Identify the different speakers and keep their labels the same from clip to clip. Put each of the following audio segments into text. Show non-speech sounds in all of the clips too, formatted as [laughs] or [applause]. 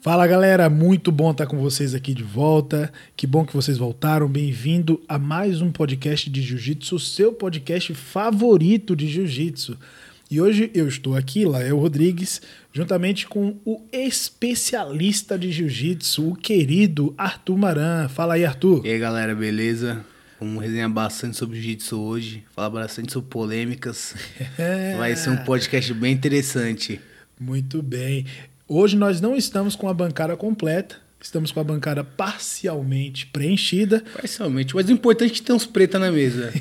Speaker 1: Fala galera, muito bom estar com vocês aqui de volta. Que bom que vocês voltaram. Bem-vindo a mais um podcast de Jiu-Jitsu, seu podcast favorito de Jiu-Jitsu. E hoje eu estou aqui, Lael Rodrigues, juntamente com o especialista de Jiu-Jitsu, o querido Arthur Maran. Fala aí, Arthur.
Speaker 2: E aí galera, beleza? Vamos resenhar bastante sobre jiu-jitsu hoje, falar bastante sobre [laughs] polêmicas.
Speaker 1: É.
Speaker 2: Vai ser um podcast bem interessante.
Speaker 1: Muito bem. Hoje nós não estamos com a bancada completa, estamos com a bancada parcialmente preenchida.
Speaker 2: Parcialmente, mas o importante é que tem uns preta na mesa.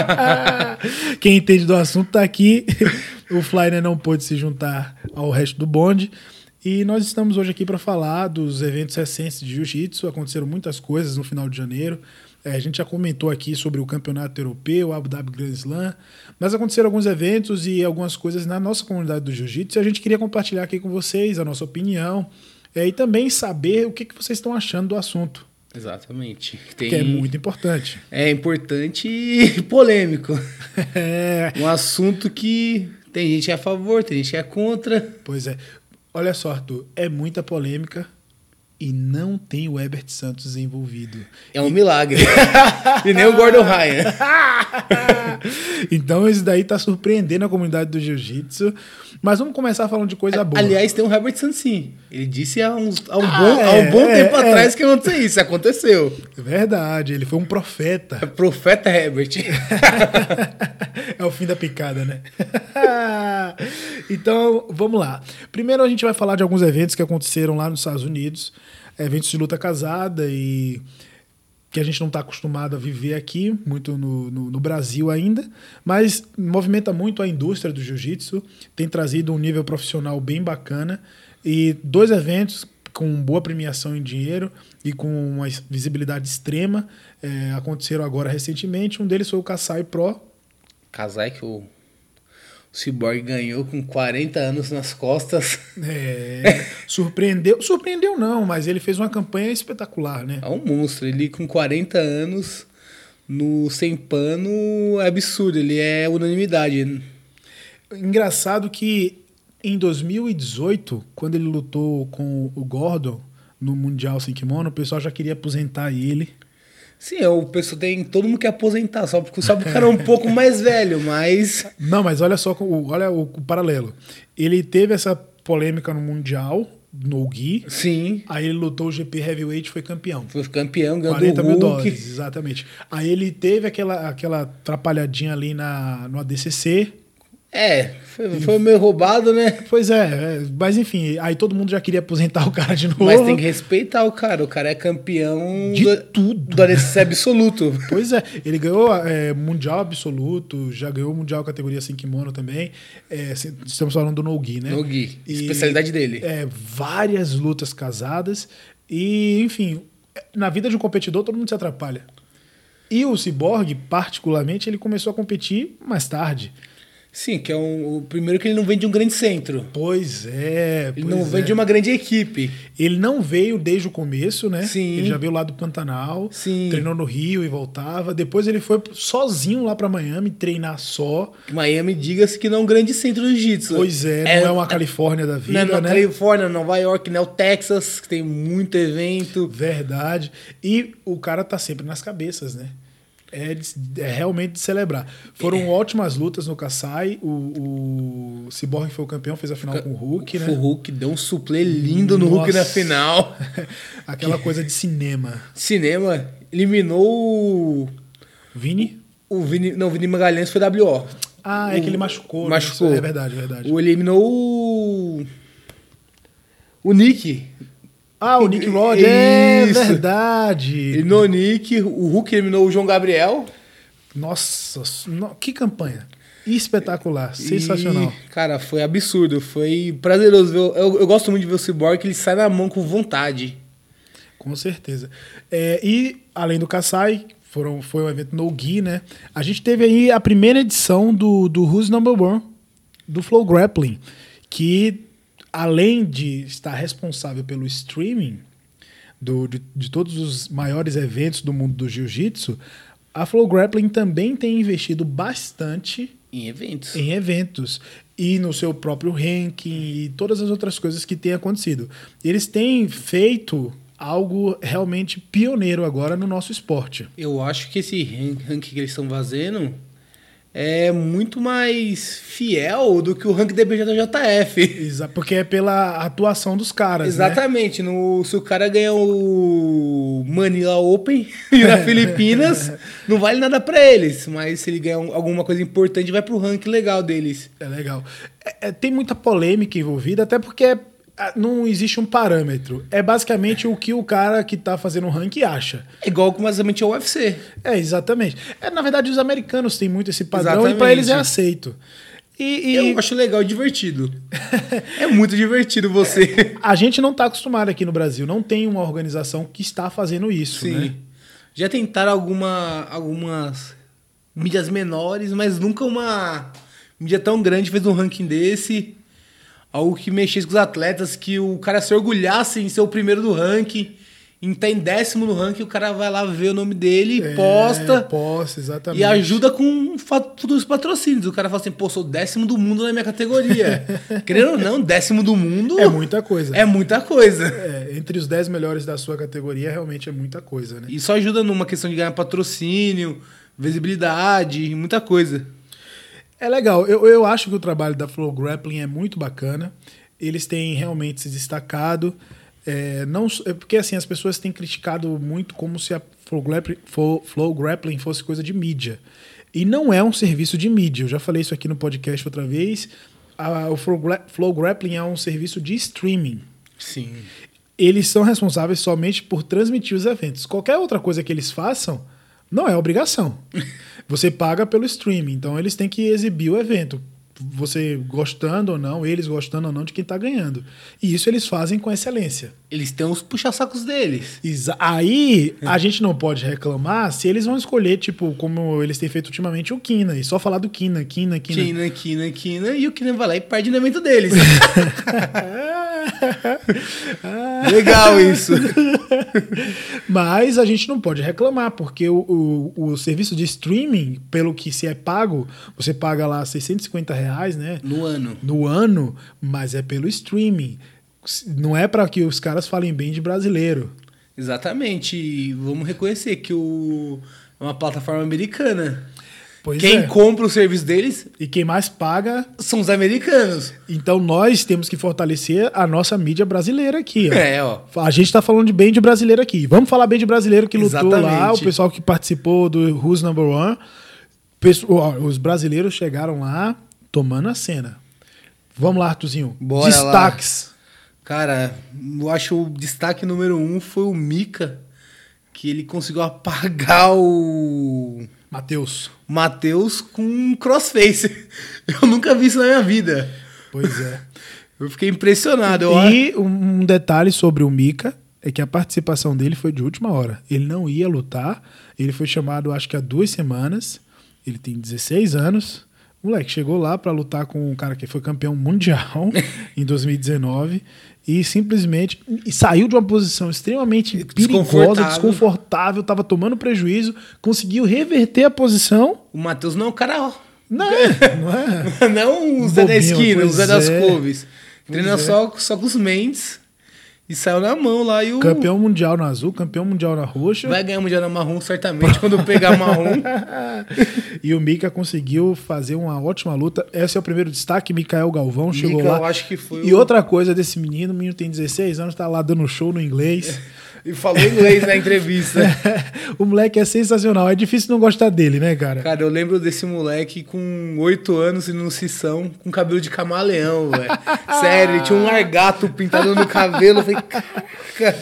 Speaker 1: [laughs] Quem entende do assunto está aqui. [laughs] O Flyer não pôde se juntar ao resto do bonde. E nós estamos hoje aqui para falar dos eventos recentes de jiu-jitsu. Aconteceram muitas coisas no final de janeiro. É, a gente já comentou aqui sobre o campeonato europeu, Abu Dhabi Grand Slam, mas aconteceram alguns eventos e algumas coisas na nossa comunidade do Jiu-Jitsu e a gente queria compartilhar aqui com vocês a nossa opinião é, e também saber o que, que vocês estão achando do assunto,
Speaker 2: [laughs] Exatamente. Tem...
Speaker 1: que é muito importante. [laughs]
Speaker 2: É importante e [laughs] polêmico.
Speaker 1: É,
Speaker 2: Um assunto que tem gente a favor, tem gente que é contra.
Speaker 1: pois é. Olha só, Arthur, é muita polêmica e não tem o Herbert Santos envolvido.
Speaker 2: É um [laughs] milagre. e nem o Gordon Ryan.
Speaker 1: então isso daí tá surpreendendo a comunidade do Jiu-Jitsu. Mas vamos começar falando de coisa boa.
Speaker 2: Aliás, tem o Herbert Sansin. Ele disse há, uns, há um,
Speaker 1: Ah,
Speaker 2: bom, há
Speaker 1: é,
Speaker 2: um bom
Speaker 1: é,
Speaker 2: tempo
Speaker 1: é.
Speaker 2: atrás que aconteceu isso. Aconteceu.
Speaker 1: Verdade, ele foi um
Speaker 2: [laughs]
Speaker 1: profeta.
Speaker 2: É Profeta [laughs] Herbert.
Speaker 1: é o fim da picada, né? então, vamos lá. Primeiro a gente vai falar de alguns eventos que aconteceram lá nos Estados Unidos. Eventos de luta casada e que a gente não está acostumado a viver aqui, muito no, no- no Brasil ainda, mas movimenta muito a indústria do jiu-jitsu, tem trazido um nível profissional bem bacana e dois eventos com boa premiação em dinheiro e com uma es- visibilidade extrema eh, aconteceram agora recentemente. Um deles foi o Kasai Pro,
Speaker 2: Casai é que o, o Cyborg ganhou com 40 anos nas costas. [laughs]
Speaker 1: É, surpreendeu, surpreendeu não, mas ele fez uma campanha espetacular, né?
Speaker 2: É um monstro. Ele com 40 anos no sem pano é absurdo. Ele é unanimidade.
Speaker 1: Engraçado que em 2018, quando ele lutou com o Gordon no Mundial Sem Kimono, o pessoal já queria aposentar ele.
Speaker 2: Sim, é, o pessoal tem todo mundo quer aposentar, só porque, só porque o cara
Speaker 1: [laughs]
Speaker 2: é um pouco mais velho, mas
Speaker 1: Não, mas olha só, o- olha o, o paralelo. Ele teve essa polêmica no Mundial, no Gui,
Speaker 2: sim,
Speaker 1: aí ele lutou o GP Heavyweight e foi campeão.
Speaker 2: foi campeão, ganhou
Speaker 1: 40
Speaker 2: do
Speaker 1: mil
Speaker 2: Hulk.
Speaker 1: dólares, exatamente. Aí ele teve aquela, aquela atrapalhadinha ali na, no ADCC,
Speaker 2: É, foi, foi meio roubado, né?
Speaker 1: Pois é, é, mas enfim, aí todo mundo já queria aposentar o cara de novo.
Speaker 2: Mas tem que respeitar o cara. O cara é campeão
Speaker 1: De
Speaker 2: do,
Speaker 1: tudo.
Speaker 2: do
Speaker 1: [laughs]
Speaker 2: ADC absoluto.
Speaker 1: Pois é, ele ganhou é, Mundial Absoluto, já ganhou Mundial Categoria Sem Kimono também. É, se- estamos falando do Nogi, né?
Speaker 2: Nogi,
Speaker 1: E-
Speaker 2: especialidade dele.
Speaker 1: É, várias lutas casadas e, enfim, na vida de um competidor todo mundo se atrapalha. E o Cyborg, particularmente, ele começou a competir mais tarde.
Speaker 2: Sim, que é um, o primeiro que ele não vem de um grande centro.
Speaker 1: Pois é.
Speaker 2: Ele
Speaker 1: pois
Speaker 2: não vem
Speaker 1: é.
Speaker 2: de um- uma grande equipe.
Speaker 1: Ele não veio desde o começo, né?
Speaker 2: Sim.
Speaker 1: Ele já veio lá do Pantanal,
Speaker 2: Sim.
Speaker 1: treinou no Rio e voltava. Depois ele foi sozinho lá pra Miami treinar só.
Speaker 2: Miami, diga-se que não é um grande centro do jiu-jitsu.
Speaker 1: Pois é, não é uma Califórnia da
Speaker 2: não
Speaker 1: vida,
Speaker 2: é na
Speaker 1: né?
Speaker 2: Califórnia, Nova York, não é o Texas, que tem muito evento.
Speaker 1: Verdade. E o cara tá sempre nas cabeças, né? É, de- é realmente de celebrar. Foram
Speaker 2: É.
Speaker 1: ótimas lutas no Kasai. O, o Cyborg foi o campeão, fez a final com o Hulk,
Speaker 2: O
Speaker 1: né?
Speaker 2: Hulk deu um suplê lindo no Hulk
Speaker 1: Nossa.
Speaker 2: na final.
Speaker 1: [laughs] Aquela coisa de cinema.
Speaker 2: Cinema eliminou o,
Speaker 1: Vini?
Speaker 2: o Vini, não, o Vini Magalhães foi WO.
Speaker 1: Ah, é que ele machucou. né?
Speaker 2: Machucou.
Speaker 1: É verdade, é verdade.
Speaker 2: O eliminou o, o Nick.
Speaker 1: Ah, o Nick Rod, é
Speaker 2: Isso.
Speaker 1: verdade.
Speaker 2: Eliminou o Nick, o Hulk eliminou o João Gabriel.
Speaker 1: Nossa, no- que campanha. Espetacular, sensacional.
Speaker 2: E, cara, foi absurdo. Foi prazeroso. ver o- Eu, eu gosto muito de ver o Cyborg, que ele sai na mão com vontade.
Speaker 1: Com certeza. É, e, além do Kasai, foram, foi um evento no Gui, né? A gente teve aí a primeira edição do, do Who's Number One, do Flow Grappling, que, além de estar responsável pelo streaming do- de, de todos os maiores eventos do mundo do jiu-jitsu, a Flow Grappling também tem investido bastante
Speaker 2: Em eventos.
Speaker 1: Em eventos. e no seu próprio ranking e todas as outras coisas que têm acontecido. Eles têm feito algo realmente pioneiro agora no nosso esporte.
Speaker 2: Eu acho que esse ran- ranking que eles estão fazendo é muito mais fiel do que o ranking da BJJF.
Speaker 1: Exa- Porque é pela atuação dos caras. Né?
Speaker 2: Exatamente. No, se o cara ganhar o Manila Open [laughs] na Filipinas, não vale nada pra eles. Mas se ele ganhar um- alguma coisa importante, vai pro ranking legal deles.
Speaker 1: É legal. É- é, tem muita polêmica envolvida, até porque é- ah, não existe um parâmetro. É basicamente o que o cara que tá fazendo o ranking acha.
Speaker 2: É igual como basicamente é o UFC.
Speaker 1: É, exatamente. É, na verdade, os americanos têm muito esse padrão e para
Speaker 2: Exatamente.
Speaker 1: eles é aceito. E, e
Speaker 2: Eu acho legal e divertido. [laughs] é muito divertido você.
Speaker 1: a gente não tá acostumado aqui no Brasil. Não tem uma organização que está fazendo isso,
Speaker 2: [laughs] Sim.
Speaker 1: né?
Speaker 2: Já tentaram alguma, algumas mídias menores, mas nunca uma mídia tão grande fez um ranking desse. Algo que mexesse com os atletas, que o cara se orgulhasse em ser o primeiro do ranking, em estar em décimo no ranking, o cara vai lá ver o nome dele,
Speaker 1: É,
Speaker 2: posta
Speaker 1: Posta, exatamente.
Speaker 2: e ajuda com o fato dos patrocínios. O cara fala assim, pô, sou décimo do mundo na
Speaker 1: [laughs]
Speaker 2: minha categoria. Querendo ou não, décimo do mundo
Speaker 1: É muita coisa.
Speaker 2: é muita coisa.
Speaker 1: É, entre os 10 melhores da sua categoria, realmente é muita coisa, né?
Speaker 2: Isso ajuda numa questão de ganhar patrocínio, visibilidade, muita coisa.
Speaker 1: É legal. Eu, eu acho que o trabalho da Flow Grappling é muito bacana. Eles têm realmente se destacado. É, não, s- é porque assim, as pessoas têm criticado muito como se a Flow Grappling, Flow, Flow Grappling fosse coisa de mídia. E não é um serviço de mídia. Eu já falei isso aqui no podcast outra vez. A- o Flow, Gra- Flow Grappling é um serviço de streaming.
Speaker 2: Sim.
Speaker 1: Eles são responsáveis somente por transmitir os eventos. Qualquer outra coisa que eles façam não é [laughs] obrigação. Você paga pelo streaming, então eles têm que exibir o evento. Você gostando ou não, eles gostando ou não de quem está ganhando. E isso eles fazem com excelência.
Speaker 2: Eles têm os puxa-sacos deles.
Speaker 1: Exa- É. Aí a gente não pode reclamar se eles vão escolher, tipo, como eles têm feito ultimamente, o Kina, e só falar do Kina, Kina, Kina. [laughs]
Speaker 2: Kina, Kina, Kina, e o Kina vai lá e perde no evento deles.
Speaker 1: É. [laughs]
Speaker 2: Legal isso.
Speaker 1: Mas a gente não pode reclamar, porque o, o, o serviço de streaming, pelo que se é pago, você paga lá 650 reais, né?
Speaker 2: No ano.
Speaker 1: No ano, mas é pelo streaming. S- Não é para que os caras falem bem de brasileiro.
Speaker 2: Exatamente. E vamos reconhecer que o... é uma plataforma americana.
Speaker 1: Pois
Speaker 2: Quem
Speaker 1: é.
Speaker 2: compra o serviço deles
Speaker 1: E quem mais paga.
Speaker 2: são os americanos.
Speaker 1: Então nós temos que fortalecer a nossa mídia brasileira aqui. ó.
Speaker 2: É, ó.
Speaker 1: A gente tá falando de bem de brasileiro aqui. Vamos falar bem de brasileiro que lutou lá, o
Speaker 2: Exatamente.
Speaker 1: pessoal que participou do Who's Number One. Pesso- ó, Os brasileiros chegaram lá tomando a cena. Vamos lá, Artuzinho.
Speaker 2: Bora lá.
Speaker 1: Destaques.
Speaker 2: Cara, eu acho o destaque número um foi o Mika, que ele conseguiu apagar o
Speaker 1: Matheus.
Speaker 2: Matheus com um crossface. [laughs] Eu nunca vi isso na minha vida.
Speaker 1: Pois é.
Speaker 2: Eu fiquei impressionado. Eu acho-
Speaker 1: e um um detalhe sobre o Mika é que a participação dele foi de última hora. Ele não ia lutar. Ele foi chamado, acho que há duas semanas. Ele tem 16 anos. Moleque, chegou lá pra lutar com um cara que foi campeão mundial em 2019 e simplesmente e saiu de uma posição extremamente perigosa,
Speaker 2: Desconfortável.
Speaker 1: desconfortável, tava tomando prejuízo, conseguiu reverter a posição.
Speaker 2: O Matheus não é um cara.
Speaker 1: Não, é- não é?
Speaker 2: [laughs] Não o Zé da
Speaker 1: Bobinho,
Speaker 2: esquina, o
Speaker 1: pois
Speaker 2: Zé das
Speaker 1: é.
Speaker 2: couves. Treina
Speaker 1: é.
Speaker 2: só, só com os mentes e saiu na mão lá. E o
Speaker 1: Campeão mundial na azul, campeão mundial na roxa.
Speaker 2: vai ganhar o Mundial na marrom, certamente, quando
Speaker 1: [laughs]
Speaker 2: pegar marrom.
Speaker 1: e o Mika conseguiu fazer uma ótima luta. Esse é o primeiro destaque. Mikael Galvão chegou
Speaker 2: Mika,
Speaker 1: lá.
Speaker 2: eu acho que foi
Speaker 1: e
Speaker 2: o-
Speaker 1: outra coisa desse menino: o menino tem 16 anos, tá lá dando show no inglês. [laughs]
Speaker 2: E falou inglês na [laughs] entrevista.
Speaker 1: o moleque é sensacional. É difícil não gostar dele, né, cara?
Speaker 2: Cara, eu lembro desse moleque com 8 anos e no Sissão, com cabelo de
Speaker 1: [laughs]
Speaker 2: camaleão, velho. Sério, ele tinha um largato pintado no cabelo. Eu falei, caraca.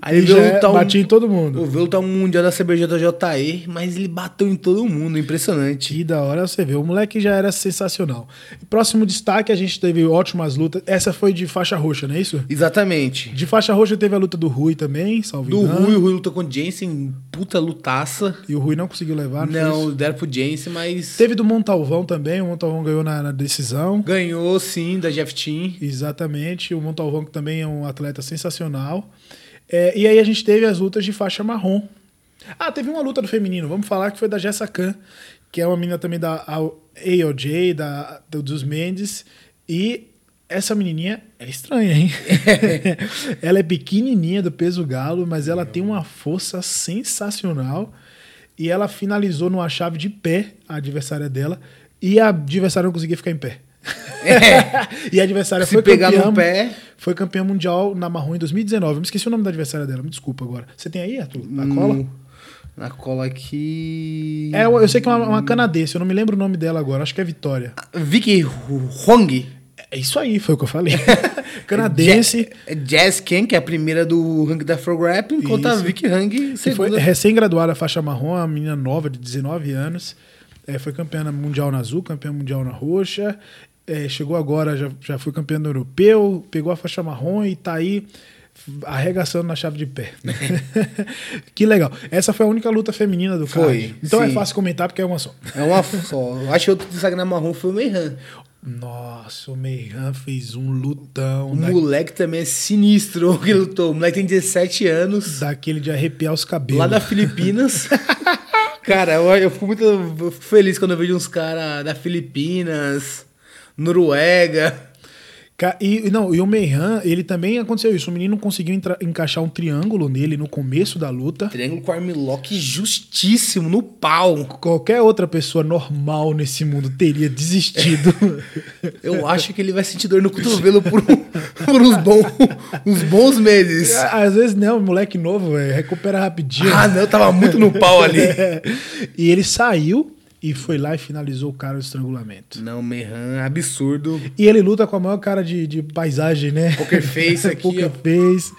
Speaker 2: Aí
Speaker 1: Ele
Speaker 2: ele veio
Speaker 1: já é-
Speaker 2: lutar,
Speaker 1: batia em
Speaker 2: um,
Speaker 1: todo mundo.
Speaker 2: o veio lutar um mundial da CBJJE, mas ele bateu em todo mundo, impressionante.
Speaker 1: Que da hora você vê. O moleque já era sensacional. Próximo destaque: a gente teve ótimas lutas. Essa foi de faixa roxa, não é isso?
Speaker 2: Exatamente.
Speaker 1: De faixa roxa teve a luta do Rui também, salvo
Speaker 2: Do
Speaker 1: engano.
Speaker 2: Rui, o Rui lutou com o Jensen, um puta lutaça.
Speaker 1: E o Rui não conseguiu levar. foi isso?
Speaker 2: Não, deram pro Jensen, mas
Speaker 1: Ah, Teve do Montalvão também. O Montalvão ganhou na- na decisão.
Speaker 2: ganhou sim da Jeff Team.
Speaker 1: Exatamente. O Montalvão, que também é um atleta sensacional. É, e aí a gente teve as lutas de faixa marrom. Ah, teve uma luta do feminino, vamos falar que foi da Jessa Khan, que é uma menina também da AOJ, da, do- dos Mendes. E essa menininha é estranha, hein? [laughs] ela é pequenininha do peso galo, mas ela tem uma força sensacional. E ela finalizou numa chave de pé a adversária dela. E a adversária não conseguia ficar em pé. e a adversária
Speaker 2: Se
Speaker 1: foi
Speaker 2: pegar no
Speaker 1: campeã,
Speaker 2: pé.
Speaker 1: Foi campeã mundial na marrom em 2019. Eu me esqueci o nome da adversária dela, me desculpa agora. Você tem aí, Arthur? Na cola?
Speaker 2: Hum, Na cola aqui.
Speaker 1: É, eu eu sei que é uma, uma canadense, eu não me lembro o nome dela agora, acho que é Vitória.
Speaker 2: Vicky Hong.
Speaker 1: É isso aí, foi o que eu
Speaker 2: [laughs]
Speaker 1: falei. canadense,
Speaker 2: Ja- Jazz Ken, que é a primeira do rank da Frog Rap, enquanto a
Speaker 1: Isso.
Speaker 2: Vicky Hang
Speaker 1: que foi
Speaker 2: segunda.
Speaker 1: recém-graduada faixa marrom, uma menina nova de 19 anos. É, foi campeã mundial na azul, campeã mundial na roxa. É, chegou agora, já, já foi campeã do europeu, pegou a faixa marrom e tá aí arregaçando na chave de
Speaker 2: [laughs]
Speaker 1: pé. que legal. Essa foi a única luta feminina do
Speaker 2: Foi,
Speaker 1: card. Então é
Speaker 2: sim.
Speaker 1: fácil comentar porque é uma só.
Speaker 2: É uma só. Eu Acho que outro destaque na marrom foi o Meihan.
Speaker 1: Nossa, o Meihan fez um lutão.
Speaker 2: O moleque também é sinistro [laughs] que lutou. O moleque tem 17 anos,
Speaker 1: Daquele de arrepiar os cabelos.
Speaker 2: lá da
Speaker 1: [laughs]
Speaker 2: Filipinas. cara, eu, eu fico muito eu fico feliz quando eu vejo uns caras da Filipinas, Noruega.
Speaker 1: Ca- E, e não, e o Meihan, ele também aconteceu isso. O menino conseguiu entra- encaixar um triângulo nele no começo da luta.
Speaker 2: Triângulo com armlock justíssimo, no pau.
Speaker 1: Qualquer outra pessoa normal nesse mundo teria desistido.
Speaker 2: Eu acho que ele vai sentir dor no cotovelo por, um- por uns, bom- uns bons meses.
Speaker 1: Às vezes, né, o moleque novo, velho, recupera rapidinho.
Speaker 2: Ah, não, eu tava muito no pau ali.
Speaker 1: [laughs] e ele saiu e foi lá e finalizou o cara do estrangulamento.
Speaker 2: Não, Mehan, absurdo.
Speaker 1: E ele luta com a maior cara de, de paisagem, né?
Speaker 2: Poker face aqui,
Speaker 1: [laughs] Poker
Speaker 2: ó.
Speaker 1: face.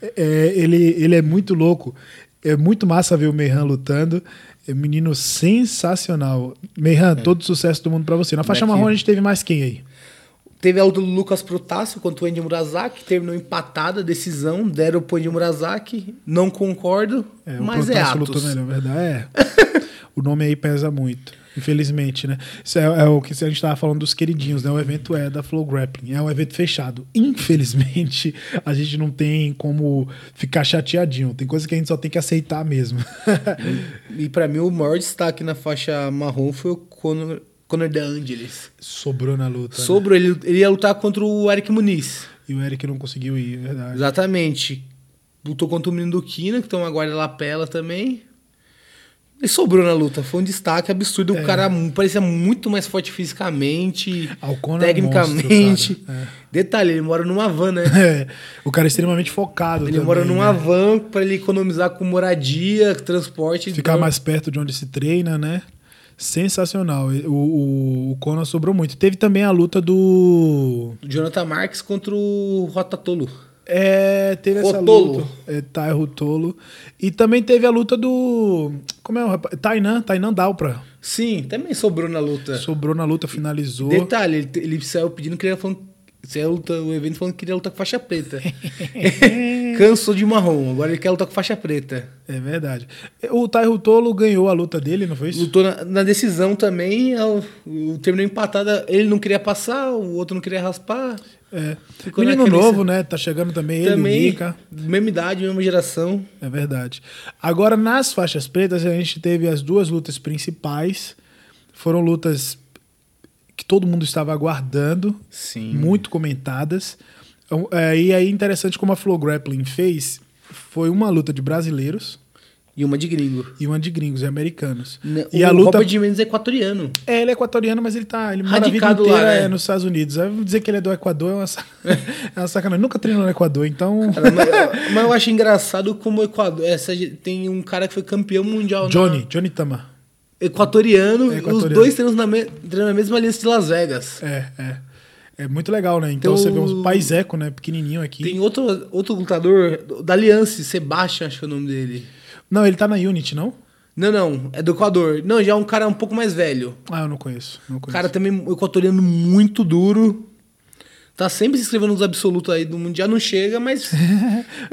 Speaker 1: É, ele, ele é muito louco. É muito massa ver o Meihan lutando. É um menino sensacional. Meihan, todo sucesso do mundo pra você. Na faixa
Speaker 2: É. Daqui.
Speaker 1: marrom a gente teve mais quem aí?
Speaker 2: Teve a luta do Lucas Protássio contra o Andy Murazaki, terminou empatada, decisão, deram pro Andy Murazaki. Não concordo,
Speaker 1: É,
Speaker 2: mas é
Speaker 1: Protássio
Speaker 2: Atos.
Speaker 1: lutou melhor, verdade. É.
Speaker 2: [laughs]
Speaker 1: o nome aí pesa muito. Infelizmente, né? Isso é, é o que a gente tava falando dos queridinhos, né? O evento é da Flow Grappling. É um evento fechado. Infelizmente, [laughs] a gente não tem como ficar chateadinho. Tem coisa que a gente só tem que aceitar mesmo. [laughs]
Speaker 2: E pra mim o maior destaque na faixa marrom foi o Conor, Conor De Angeles.
Speaker 1: Sobrou na luta. né?
Speaker 2: Sobre ele, ele ia lutar contra o Eric Muniz.
Speaker 1: E o Eric não conseguiu ir, é verdade. [laughs]
Speaker 2: Exatamente. Lutou contra o menino do Kina, que tem uma guarda lapela também. Ele sobrou na luta. Foi um destaque absurdo.
Speaker 1: É.
Speaker 2: O cara mu- parecia muito mais forte fisicamente,
Speaker 1: Ah, o Conor é
Speaker 2: tecnicamente.
Speaker 1: monstro, cara.
Speaker 2: Detalhe, ele mora numa van, né?
Speaker 1: É, o cara é extremamente focado.
Speaker 2: Ele
Speaker 1: também,
Speaker 2: mora numa
Speaker 1: né?
Speaker 2: van para ele economizar com moradia, transporte.
Speaker 1: Ficar
Speaker 2: Então,
Speaker 1: mais perto de onde se treina, né? Sensacional. O, o, o Conan sobrou muito. Teve também a luta do.
Speaker 2: o Jonathan Marques contra o Rotatolo.
Speaker 1: É, teve essa
Speaker 2: Rotolo.
Speaker 1: luta. É, Tairo Tolo. E também teve a luta do. Como é o rapaz? Tainan, Tainan Dalpra.
Speaker 2: Sim, também sobrou na luta.
Speaker 1: Sobrou na luta, finalizou.
Speaker 2: Detalhe, ele, ele saiu pedindo que ele ia falando. Saiu luta, o evento falando que queria lutar com faixa
Speaker 1: [laughs]
Speaker 2: preta. Cansou de marrom, agora ele quer lutar com faixa preta.
Speaker 1: É verdade. O Tairo Tolo ganhou a luta dele, não foi isso?
Speaker 2: Lutou na, na decisão também, ao- o, terminou empatada. Ele não queria passar, o outro não queria raspar.
Speaker 1: É.
Speaker 2: Ficou
Speaker 1: Menino
Speaker 2: naquele-
Speaker 1: novo, né? Tá chegando também ele, o
Speaker 2: também,
Speaker 1: Mika.
Speaker 2: mesma idade, mesma geração.
Speaker 1: É verdade. Agora, nas faixas pretas, a gente teve as duas lutas principais. Foram lutas que todo mundo estava aguardando,
Speaker 2: Sim.
Speaker 1: muito comentadas. Então, é, e aí, interessante como a Flow Grappling fez, foi uma luta de brasileiros
Speaker 2: E uma de gringo.
Speaker 1: e uma de gringos e americanos.
Speaker 2: Né,
Speaker 1: E
Speaker 2: o
Speaker 1: a luta...
Speaker 2: Robert Jimenez é equatoriano.
Speaker 1: É, ele é equatoriano, mas ele tá. Ele mora a vida
Speaker 2: Radicado lá,
Speaker 1: inteira
Speaker 2: né?
Speaker 1: é, nos Estados Unidos. Aí dizer que ele é do Equador é uma,
Speaker 2: [laughs]
Speaker 1: sa- é uma sacanagem. Nunca treinou no Equador, então.
Speaker 2: Cara, mas, [laughs] mas eu acho engraçado como o Equador. Essa, ge- tem um cara que foi campeão mundial. né? na-
Speaker 1: Johnny, Johnny Tama.
Speaker 2: Equatoriano,
Speaker 1: É,
Speaker 2: os
Speaker 1: equatoriano.
Speaker 2: dois treinam na, me- treinam na mesma aliança de Las Vegas.
Speaker 1: É, é. É muito legal, né? Então
Speaker 2: Tem
Speaker 1: você
Speaker 2: o-
Speaker 1: vê uns pais eco, né? Pequenininho aqui.
Speaker 2: Tem outro, outro lutador da aliança, Sebastian, acho que é o nome dele.
Speaker 1: Não, ele tá na Unity, não?
Speaker 2: Não, não, é do Equador. Não, já é um cara um pouco mais velho.
Speaker 1: Ah, eu não conheço. Não
Speaker 2: O
Speaker 1: conheço. [laughs]
Speaker 2: cara também um equatoriano muito duro. Tá sempre se inscrevendo nos absolutos aí do Mundial, não chega, mas se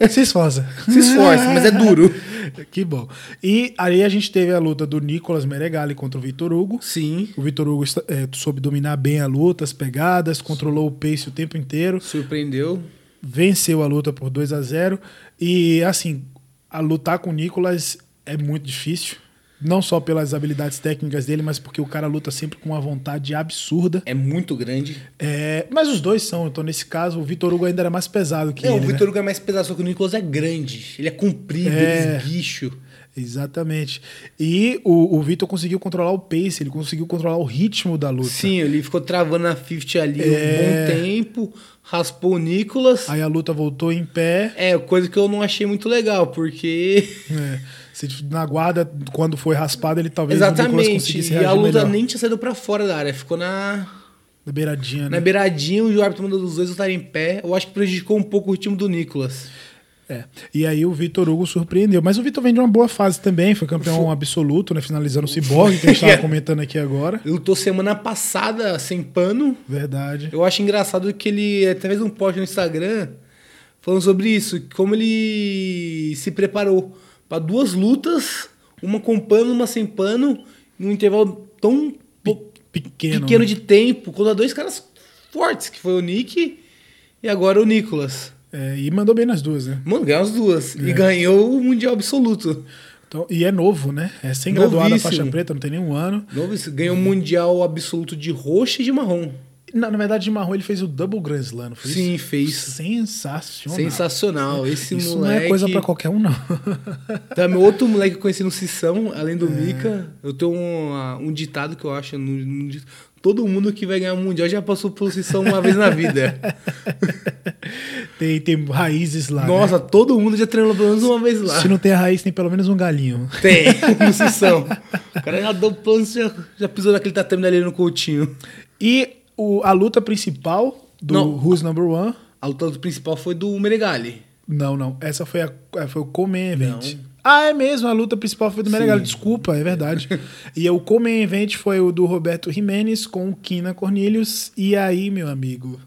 Speaker 1: se esforça.
Speaker 2: esforça, mas é duro.
Speaker 1: [laughs] que bom. E aí a gente teve a luta do Nicolas Meregali contra o Vitor Hugo.
Speaker 2: [laughs] Sim,
Speaker 1: O Vitor Hugo esta- é, soube dominar bem a luta, as pegadas, controlou o pace o tempo inteiro.
Speaker 2: surpreendeu.
Speaker 1: venceu a luta por 2 a 0 e assim, a lutar com o Nicolas é muito difícil. Não só pelas habilidades técnicas dele, mas porque o cara luta sempre com uma vontade absurda.
Speaker 2: É muito grande.
Speaker 1: É, mas os dois são, então nesse caso, o Vitor Hugo ainda era mais pesado que
Speaker 2: Não,
Speaker 1: ele.
Speaker 2: o
Speaker 1: né?
Speaker 2: Vitor Hugo é mais pesado, só que o Nicolas é grande. Ele é comprido,
Speaker 1: É.
Speaker 2: ele é bicho.
Speaker 1: Exatamente. E o, o Vitor conseguiu controlar o pace, ele conseguiu controlar o ritmo da luta.
Speaker 2: Sim, ele ficou travando a 50 ali
Speaker 1: É.
Speaker 2: um bom tempo, raspou o Nicolas.
Speaker 1: Aí a luta voltou em pé.
Speaker 2: É, coisa que eu não achei muito legal, porque.
Speaker 1: né? Se- na guarda, quando foi raspado, ele talvez o Nicolas
Speaker 2: Exatamente.
Speaker 1: conseguisse
Speaker 2: E
Speaker 1: reagir
Speaker 2: a luta
Speaker 1: melhor.
Speaker 2: nem tinha saído pra fora da área, ficou na,
Speaker 1: Na beiradinha, né?
Speaker 2: na beiradinha, o árbitro mandou os dois lutarem em pé. Eu acho que prejudicou um pouco o ritmo do Nicolas.
Speaker 1: É. E aí o Vitor Hugo surpreendeu. Mas o Vitor vem de uma boa fase também, foi campeão absoluto, né? Finalizando o Cyborg, que a
Speaker 2: [laughs]
Speaker 1: gente estava comentando aqui agora.
Speaker 2: Ele lutou semana passada sem pano.
Speaker 1: Verdade.
Speaker 2: Eu acho engraçado que ele até fez um post no Instagram falando sobre isso, como ele se preparou pra duas lutas, uma com pano, uma sem pano, num intervalo tão po-
Speaker 1: Pequeno. né?
Speaker 2: pequeno, de tempo, contra dois caras fortes, que foi o Nick e agora o Nicolas.
Speaker 1: É, e mandou bem nas duas, né?
Speaker 2: Mano, ganhou as duas. E ganhou o Mundial Absoluto.
Speaker 1: Então, e é novo, né? É sem graduado a
Speaker 2: Novíssimo.
Speaker 1: faixa preta, não tem nenhum ano.
Speaker 2: Novo isso, Ganhou o Mundial Absoluto de roxo e de marrom.
Speaker 1: Na, na verdade, de marrom ele fez o Double Grand Slam, não foi
Speaker 2: Sim,
Speaker 1: isso?
Speaker 2: fez.
Speaker 1: Sensacional.
Speaker 2: Sensacional. Esse
Speaker 1: Isso
Speaker 2: moleque...
Speaker 1: não é coisa pra qualquer um,
Speaker 2: [laughs]
Speaker 1: não.
Speaker 2: Também outro moleque que eu conheci no Sissão, além do Mika, eu tenho um, ah, um ditado que eu acho. No, no di- todo mundo que vai ganhar o Mundial já passou pelo Sissão uma vez na vida. é. [laughs]
Speaker 1: tem, tem raízes lá. né?
Speaker 2: Nossa, todo mundo já treinou pelo menos uma vez lá.
Speaker 1: Se não tem a raiz, tem pelo menos um galinho.
Speaker 2: Tem, no Sissão. O cara já deu plano, já, já pisou naquele tatame ali no Coutinho.
Speaker 1: E o- a luta principal do
Speaker 2: Não.
Speaker 1: Who's Number One.
Speaker 2: A luta principal foi do Meregali.
Speaker 1: Não, não. Essa foi, a, é, foi o Comen Event. Ah, é mesmo. A luta principal foi do Menegal. Desculpa, é
Speaker 2: [laughs]
Speaker 1: verdade. e o Comen Event foi o do Roberto Jimenez com o Kina Cornelius. E aí, meu amigo,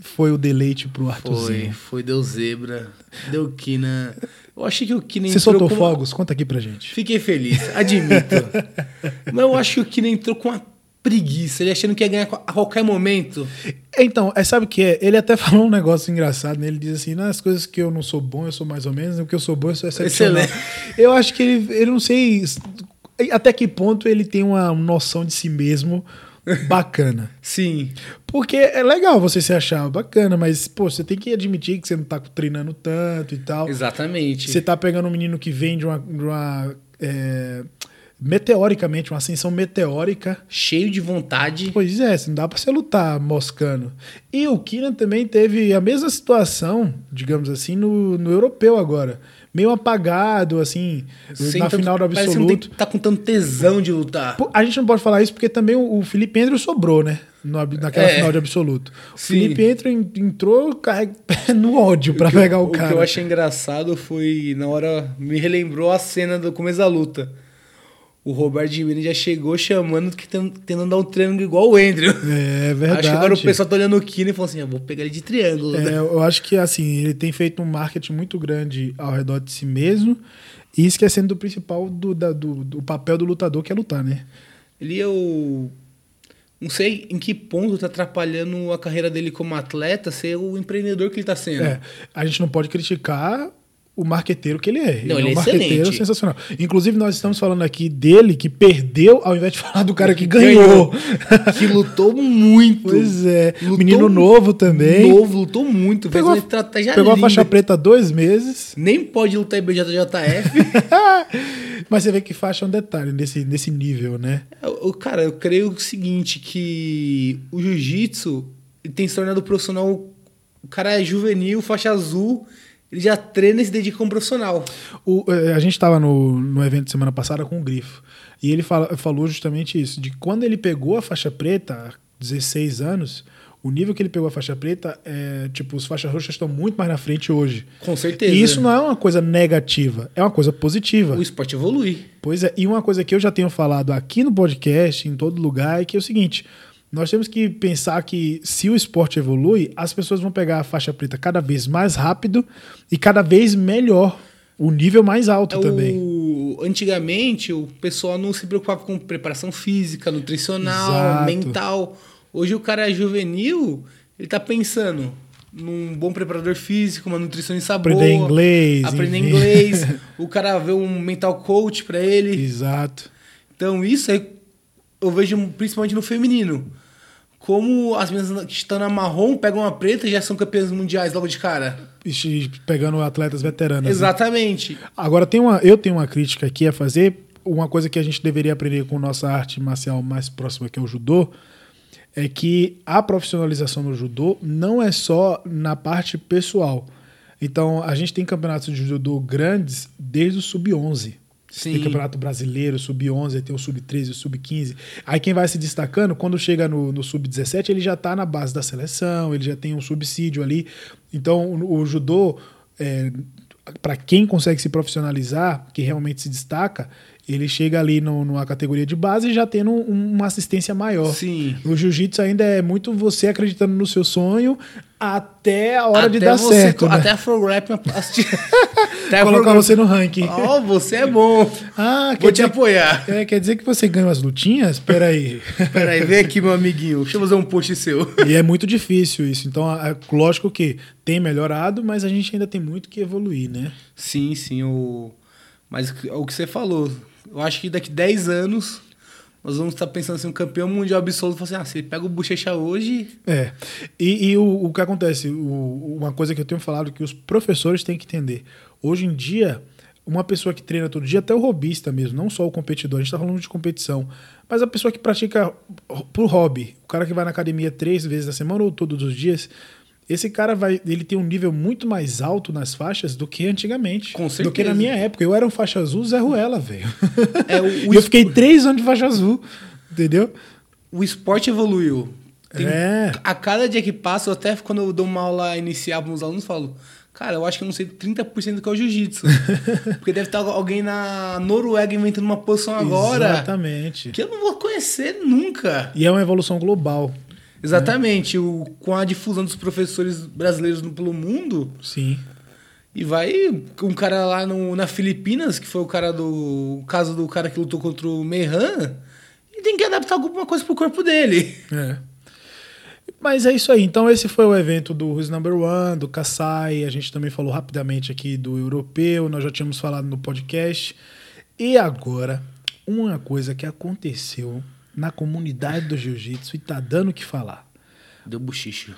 Speaker 1: foi o deleite pro
Speaker 2: Foi,
Speaker 1: Arthurzinho.
Speaker 2: foi, deu zebra, deu quina. Eu achei que o quina
Speaker 1: Você soltou
Speaker 2: com-
Speaker 1: fogos? Conta aqui pra gente.
Speaker 2: Fiquei feliz,
Speaker 1: [laughs]
Speaker 2: admito. Mas eu acho que o Kina entrou com uma preguiça, ele achando que ia ganhar a qualquer momento.
Speaker 1: Então, é, sabe o que é? Ele até [laughs] falou um negócio engraçado, né? Ele diz assim, nas coisas que eu não sou bom, eu sou mais ou menos, o que eu sou bom, eu sou excepcional.
Speaker 2: Excelente.
Speaker 1: Eu acho que ele, ele não sei até que ponto ele tem uma noção de si mesmo
Speaker 2: [laughs]
Speaker 1: bacana.
Speaker 2: Sim.
Speaker 1: Porque é legal você se achar bacana, mas, pô, você tem que admitir que você não tá treinando tanto e tal.
Speaker 2: Exatamente.
Speaker 1: Você tá pegando um menino que vem de uma. de uma, é, meteoricamente, uma ascensão meteórica.
Speaker 2: Cheio de vontade.
Speaker 1: Pois é, não dá pra você lutar moscando. E o Kina também teve a mesma situação, digamos assim, no, no europeu agora. Meio apagado, assim,
Speaker 2: sem
Speaker 1: na
Speaker 2: tanto-
Speaker 1: final do
Speaker 2: parece que não tem-
Speaker 1: absoluto.
Speaker 2: tá com tanto tesão de lutar.
Speaker 1: Pô, A gente não pode falar isso porque também o o Felipe Endro sobrou, né? No ab- naquela
Speaker 2: É.
Speaker 1: final de absoluto. O
Speaker 2: Sim.
Speaker 1: Felipe Endro en- entrou carreg- [laughs] no ódio pra pegar o,
Speaker 2: o
Speaker 1: cara.
Speaker 2: que eu achei engraçado foi, na hora, me relembrou a cena do começo da luta. O Roberto Jimenez já chegou chamando, que ten- tentando dar um triângulo igual o Andrew.
Speaker 1: É
Speaker 2: Acho
Speaker 1: verdade.
Speaker 2: que agora o pessoal tá olhando o Kina e falou assim, eu vou pegar ele de triângulo.
Speaker 1: É, eu acho que assim, ele tem feito um marketing muito grande ao redor de si mesmo e esquecendo do principal do, da- do, do papel do lutador, que é lutar, né?
Speaker 2: Ele eu não sei em que ponto tá atrapalhando a carreira dele como atleta ser o empreendedor que ele tá sendo.
Speaker 1: É, a gente não pode criticar o marqueteiro que ele é.
Speaker 2: Não, ele
Speaker 1: é um
Speaker 2: é
Speaker 1: marqueteiro
Speaker 2: excelente.
Speaker 1: sensacional. Inclusive, nós estamos falando aqui dele que perdeu, ao invés de falar do
Speaker 2: [laughs]
Speaker 1: cara que ganhou.
Speaker 2: que lutou muito.
Speaker 1: Pois é.
Speaker 2: Lutou
Speaker 1: Menino novo também.
Speaker 2: Novo, lutou muito. Fez
Speaker 1: Pegou,
Speaker 2: uma
Speaker 1: a,
Speaker 2: estratégia
Speaker 1: pegou a
Speaker 2: linda.
Speaker 1: faixa preta há dois meses. [laughs]
Speaker 2: Nem pode lutar em BJJF.
Speaker 1: Mas você vê que faixa é um detalhe nesse, nesse nível, né?
Speaker 2: Eu- eu- Cara, eu creio o seguinte, que o jiu-jitsu ele tem se tornado profissional... O cara é juvenil, faixa azul, ele já treina e se dedica como profissional.
Speaker 1: O- eh, a gente estava no, no evento semana passada com o Grifo. E ele fala- falou justamente isso: de quando ele pegou a faixa preta, há 16 anos, o nível que ele pegou a faixa preta é tipo, os faixas roxas estão muito mais na frente hoje.
Speaker 2: Com certeza.
Speaker 1: E isso não é uma coisa negativa, é uma coisa positiva.
Speaker 2: O esporte evolui.
Speaker 1: Pois é, e uma coisa que eu já tenho falado aqui no podcast, em todo lugar, é que é o seguinte: nós temos que pensar que se o esporte evolui, as pessoas vão pegar a faixa preta cada vez mais rápido e cada vez melhor, o nível mais alto
Speaker 2: É
Speaker 1: também.
Speaker 2: o- Antigamente, o pessoal não se preocupava com preparação física, nutricional,
Speaker 1: Exato.
Speaker 2: mental. Hoje o cara é juvenil, ele tá pensando, num bom preparador físico, uma nutricionista
Speaker 1: Aprender
Speaker 2: boa.
Speaker 1: inglês,
Speaker 2: Aprender
Speaker 1: enfim. [laughs]
Speaker 2: inglês. O cara vê um mental coach pra ele.
Speaker 1: Exato.
Speaker 2: Então isso aí eu vejo principalmente no feminino. Como as meninas que estão na marrom pegam a preta e já são campeãs mundiais logo de cara.
Speaker 1: Ixi, Pegando atletas veteranas. né?
Speaker 2: Exatamente.
Speaker 1: Agora tem uma, eu tenho uma crítica aqui a fazer. Uma coisa que a gente deveria aprender com nossa arte marcial mais próxima, que é o judô, é que a profissionalização no judô não é só na parte pessoal. Então, a gente tem campeonatos de judô grandes desde o sub-11.
Speaker 2: Sim.
Speaker 1: Tem campeonato brasileiro, sub-11, aí tem o sub-13, o sub-15. Aí quem vai se destacando, quando chega no, no sub-17, ele já tá na base da seleção, ele já tem um subsídio ali. Então, o, o judô, é, para quem consegue se profissionalizar, que realmente se destaca, ele chega ali no, numa categoria de base já tendo um- uma assistência maior.
Speaker 2: Sim.
Speaker 1: O jiu-jitsu ainda é muito você acreditando no seu sonho até a hora de
Speaker 2: Até
Speaker 1: dar
Speaker 2: você-
Speaker 1: certo. né?
Speaker 2: Até a Flow Rap me [laughs] assisti- até a
Speaker 1: Colocar
Speaker 2: Flow-
Speaker 1: você no ranking.
Speaker 2: Ó, você é bom.
Speaker 1: Ah, quer
Speaker 2: Vou te
Speaker 1: dizer-
Speaker 2: [laughs] apoiar.
Speaker 1: É, quer dizer que você ganha umas lutinhas? Peraí.
Speaker 2: Peraí, vem aqui, meu amiguinho. Deixa eu fazer um post seu.
Speaker 1: e é muito difícil isso. Então, a- a- lógico que tem melhorado, mas a gente ainda tem muito que evoluir, né?
Speaker 2: Sim, sim. O... Mas o que- o que você falou, eu acho que daqui 10 anos nós vamos estar pensando assim, um campeão mundial absoluto. Fala assim, ah, se ele pega o bochecha hoje,
Speaker 1: É. E, e o, o que acontece? O- uma coisa que eu tenho falado que os professores têm que entender. Hoje em dia, uma pessoa que treina todo dia, até o robista mesmo, não só o competidor, a gente está falando de competição, mas a pessoa que pratica ho- por hobby, o cara que vai na academia três vezes na semana ou todos os dias, esse cara vai, ele tem um nível muito mais alto nas faixas do que antigamente.
Speaker 2: Com
Speaker 1: Do que na
Speaker 2: certeza.
Speaker 1: minha época. Eu era um faixa azul, Zé Ruela, velho.
Speaker 2: É, o- o
Speaker 1: e [laughs] eu
Speaker 2: es-
Speaker 1: fiquei três anos de faixa azul, entendeu?
Speaker 2: o esporte evoluiu. Tem-
Speaker 1: É.
Speaker 2: A cada dia que passa, eu até quando eu dou uma aula inicial para os alunos, falo, cara, eu acho que eu não sei 30% do que é o jiu-jitsu. Porque deve estar alguém na Noruega inventando uma posição agora
Speaker 1: Exatamente.
Speaker 2: que eu não vou conhecer nunca.
Speaker 1: E é uma evolução global.
Speaker 2: Exatamente. O, com a difusão dos professores brasileiros no- pelo mundo,
Speaker 1: Sim.
Speaker 2: E vai um cara lá no, na Filipinas, que foi o cara do. O caso do cara que lutou contra o Mehan, e tem que adaptar alguma coisa pro corpo dele.
Speaker 1: É. Mas é isso aí. Então, esse foi o evento do Who's Number One, do Kassai. A gente também falou rapidamente aqui do europeu. Nós já tínhamos falado no podcast. E agora, uma coisa que aconteceu na comunidade do jiu-jitsu e tá dando o que falar.
Speaker 2: Deu [laughs] bochicho.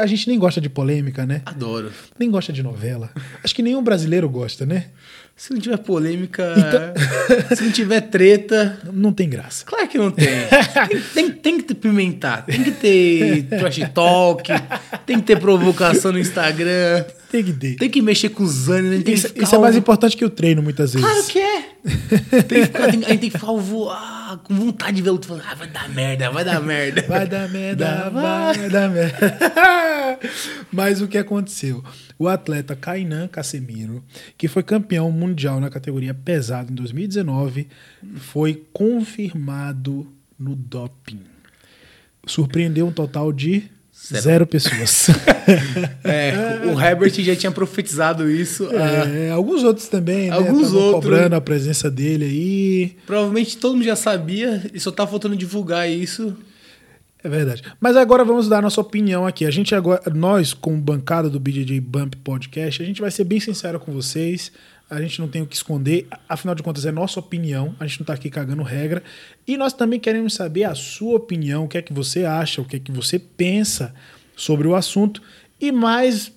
Speaker 1: A gente nem gosta de polêmica, né?
Speaker 2: Adoro.
Speaker 1: Nem gosta de novela. Acho que nenhum brasileiro gosta, né?
Speaker 2: Se não tiver polêmica,
Speaker 1: Então-
Speaker 2: se não tiver treta.
Speaker 1: Não tem graça.
Speaker 2: Claro que não tem. Tem, tem, tem que ter pimentar, tem que ter trash talk, tem que ter provocação no Instagram,
Speaker 1: Tem que ter.
Speaker 2: tem que mexer com os ânimos, tem
Speaker 1: Isso,
Speaker 2: que ficar
Speaker 1: isso é mais
Speaker 2: alvo-
Speaker 1: importante que o treino, muitas vezes.
Speaker 2: Claro que é. Tem que ficar, tem, a gente tem que ficar alvo- ah, com vontade de ver o outro falando, ah, vai dar merda, vai dar merda. [laughs]
Speaker 1: Vai dar merda,
Speaker 2: Dá,
Speaker 1: vai dar merda. [laughs] Mas o que aconteceu? O atleta Kainan Casemiro, que foi campeão mundial na categoria pesado em 2019, foi confirmado no doping. Surpreendeu um total de zero,
Speaker 2: Zero. [laughs]
Speaker 1: pessoas.
Speaker 2: É, o Herbert já tinha profetizado isso. ah,
Speaker 1: É, alguns outros também, né?
Speaker 2: Alguns
Speaker 1: Tavam
Speaker 2: outros.
Speaker 1: cobrando a presença dele aí.
Speaker 2: provavelmente todo mundo já sabia e só tá faltando divulgar isso.
Speaker 1: É verdade. Mas agora vamos dar nossa opinião aqui. A gente agora, nós, como bancada do BJJ Bump Podcast, a gente vai ser bem sincero com vocês. A gente não tem o que esconder. Afinal de contas, é nossa opinião. A gente não tá aqui cagando regra. E nós também queremos saber a sua opinião, o que é que você acha, o que é que você pensa sobre o assunto. E mais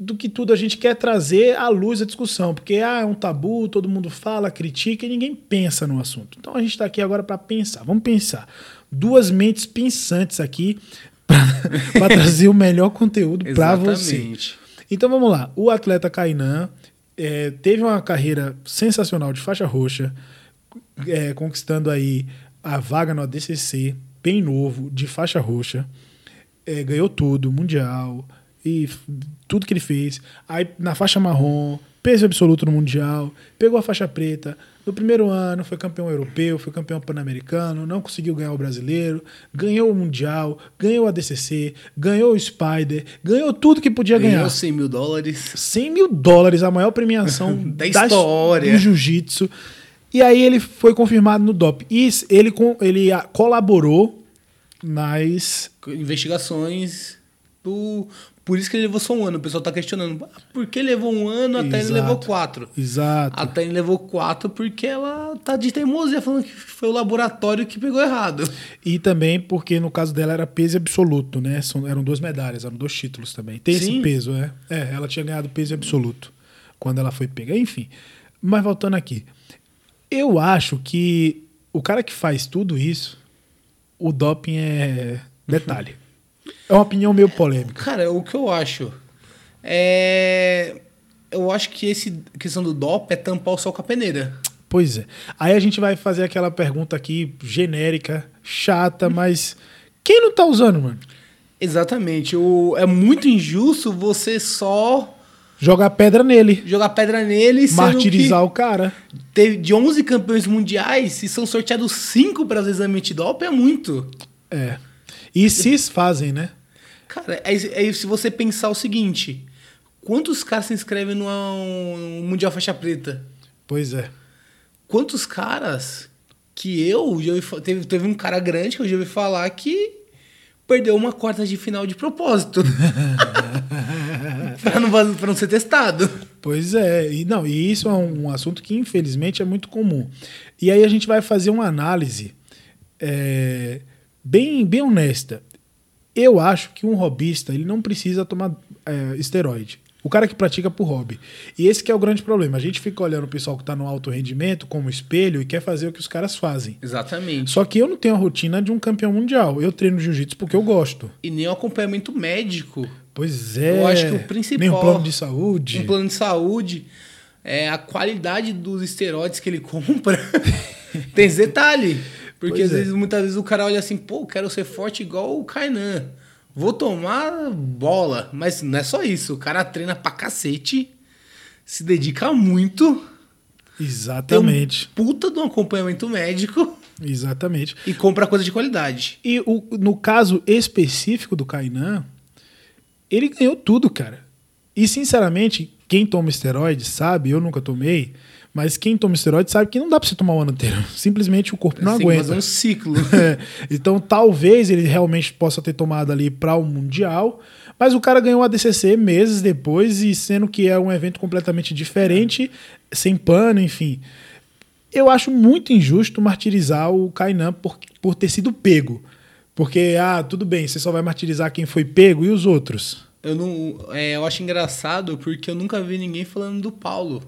Speaker 1: do que tudo, a gente quer trazer à luz a discussão, porque ah, é um tabu, todo mundo fala, critica e ninguém pensa no assunto. Então a gente está aqui agora para pensar. Vamos pensar. Duas mentes pensantes aqui [laughs] para trazer o melhor conteúdo para você.
Speaker 2: Exatamente.
Speaker 1: Então vamos lá. O atleta Kainan eh, teve uma carreira sensacional de faixa roxa, eh, conquistando aí a vaga no ADCC, bem novo, de faixa roxa. Eh, ganhou tudo, mundial, e f- tudo que ele fez. Aí na faixa marrom, peso absoluto no mundial, pegou a faixa preta. No primeiro ano foi campeão europeu, foi campeão pan-americano, não conseguiu ganhar o brasileiro, ganhou o mundial, ganhou o ADCC, ganhou o Spider, ganhou tudo que podia ganhar.
Speaker 2: Ganhou 100 mil dólares.
Speaker 1: 100 mil dólares, a maior premiação
Speaker 2: [laughs] Da história.
Speaker 1: do jiu-jitsu. E aí ele foi confirmado no DOP. E s- ele, com- ele ah, colaborou nas
Speaker 2: Investigações. do. Por isso que ele levou só um ano. O pessoal tá questionando. "Ah, Por que levou um ano? A Tânia
Speaker 1: Exato.
Speaker 2: levou quatro.
Speaker 1: Exato.
Speaker 2: A Tânia levou quatro porque ela tá de teimosia, falando que foi o laboratório que pegou errado.
Speaker 1: E também porque no caso dela era peso absoluto, né? São- eram duas medalhas, eram dois títulos também. Tem
Speaker 2: Sim.
Speaker 1: esse peso, é. É, ela tinha ganhado peso absoluto quando ela foi pega. Enfim. Mas voltando aqui. Eu acho que o cara que faz tudo isso, o doping é
Speaker 2: [laughs]
Speaker 1: detalhe. É uma opinião meio polêmica.
Speaker 2: Cara, o que eu acho é. Eu acho que esse a questão do DOP é tampar o sol com a peneira.
Speaker 1: Pois é. Aí a gente vai fazer aquela pergunta aqui genérica, chata, mas quem não tá usando, mano?
Speaker 2: Exatamente. O, é muito injusto você só
Speaker 1: Jogar pedra nele,
Speaker 2: jogar pedra nele sendo
Speaker 1: martirizar
Speaker 2: que
Speaker 1: o cara.
Speaker 2: teve, de 11 campeões mundiais, se são sorteados 5 para os exames antidoping, é muito.
Speaker 1: É. E se fazem, né?
Speaker 2: Cara, é aí, aí se você pensar o seguinte, quantos caras se inscrevem no, no Mundial Faixa Preta?
Speaker 1: Pois é.
Speaker 2: quantos caras que eu já ouvi, fa- teve, teve um cara grande que eu já ouvi falar que perdeu uma quarta de final de propósito. [laughs] pra, não, vaz- pra não ser testado.
Speaker 1: Pois é. E, não, e isso é um, um assunto que, infelizmente, é muito comum. E aí a gente vai fazer uma análise é, bem, bem honesta. Eu acho que um hobbyista ele não precisa tomar é, esteroide. O cara que pratica por hobby. E esse que é o grande problema. A gente fica olhando o pessoal que está no alto rendimento como espelho e quer fazer o que os caras fazem.
Speaker 2: Exatamente.
Speaker 1: Só que eu não tenho a rotina de um campeão mundial. Eu treino jiu-jitsu porque eu gosto.
Speaker 2: E nem o acompanhamento médico,
Speaker 1: Pois é.
Speaker 2: Eu acho que o principal-
Speaker 1: Nem um plano de saúde.
Speaker 2: um plano de saúde, é, a qualidade dos esteroides que ele [laughs] compra. Tem esse detalhe. Porque
Speaker 1: Pois
Speaker 2: às
Speaker 1: é.
Speaker 2: vezes, muitas vezes o cara olha assim, pô, quero ser forte igual o Kainan. Vou tomar bola. Mas não é só isso. O cara treina pra cacete, se dedica muito, tem
Speaker 1: Exatamente.
Speaker 2: um puta de um acompanhamento médico
Speaker 1: Exatamente.
Speaker 2: e compra coisa de qualidade.
Speaker 1: E o- no caso específico do Kainan, ele ganhou tudo, cara. E sinceramente, quem toma esteroide sabe, eu nunca tomei, mas quem toma esteroide sabe que não dá pra você tomar o ano inteiro. [laughs] Simplesmente o corpo não
Speaker 2: Você tem que
Speaker 1: aguenta.
Speaker 2: fazer um ciclo.
Speaker 1: É, [laughs] então talvez ele realmente possa ter tomado ali para o mundial, mas o cara ganhou a DCC meses depois e sendo que é um evento completamente diferente, sem pano, enfim. Eu acho muito injusto martirizar o Kainan por, por ter sido pego. Porque, ah, tudo bem, você só vai martirizar quem foi pego e os outros.
Speaker 2: Eu não, é, eu acho engraçado porque eu nunca vi ninguém falando do Paulo.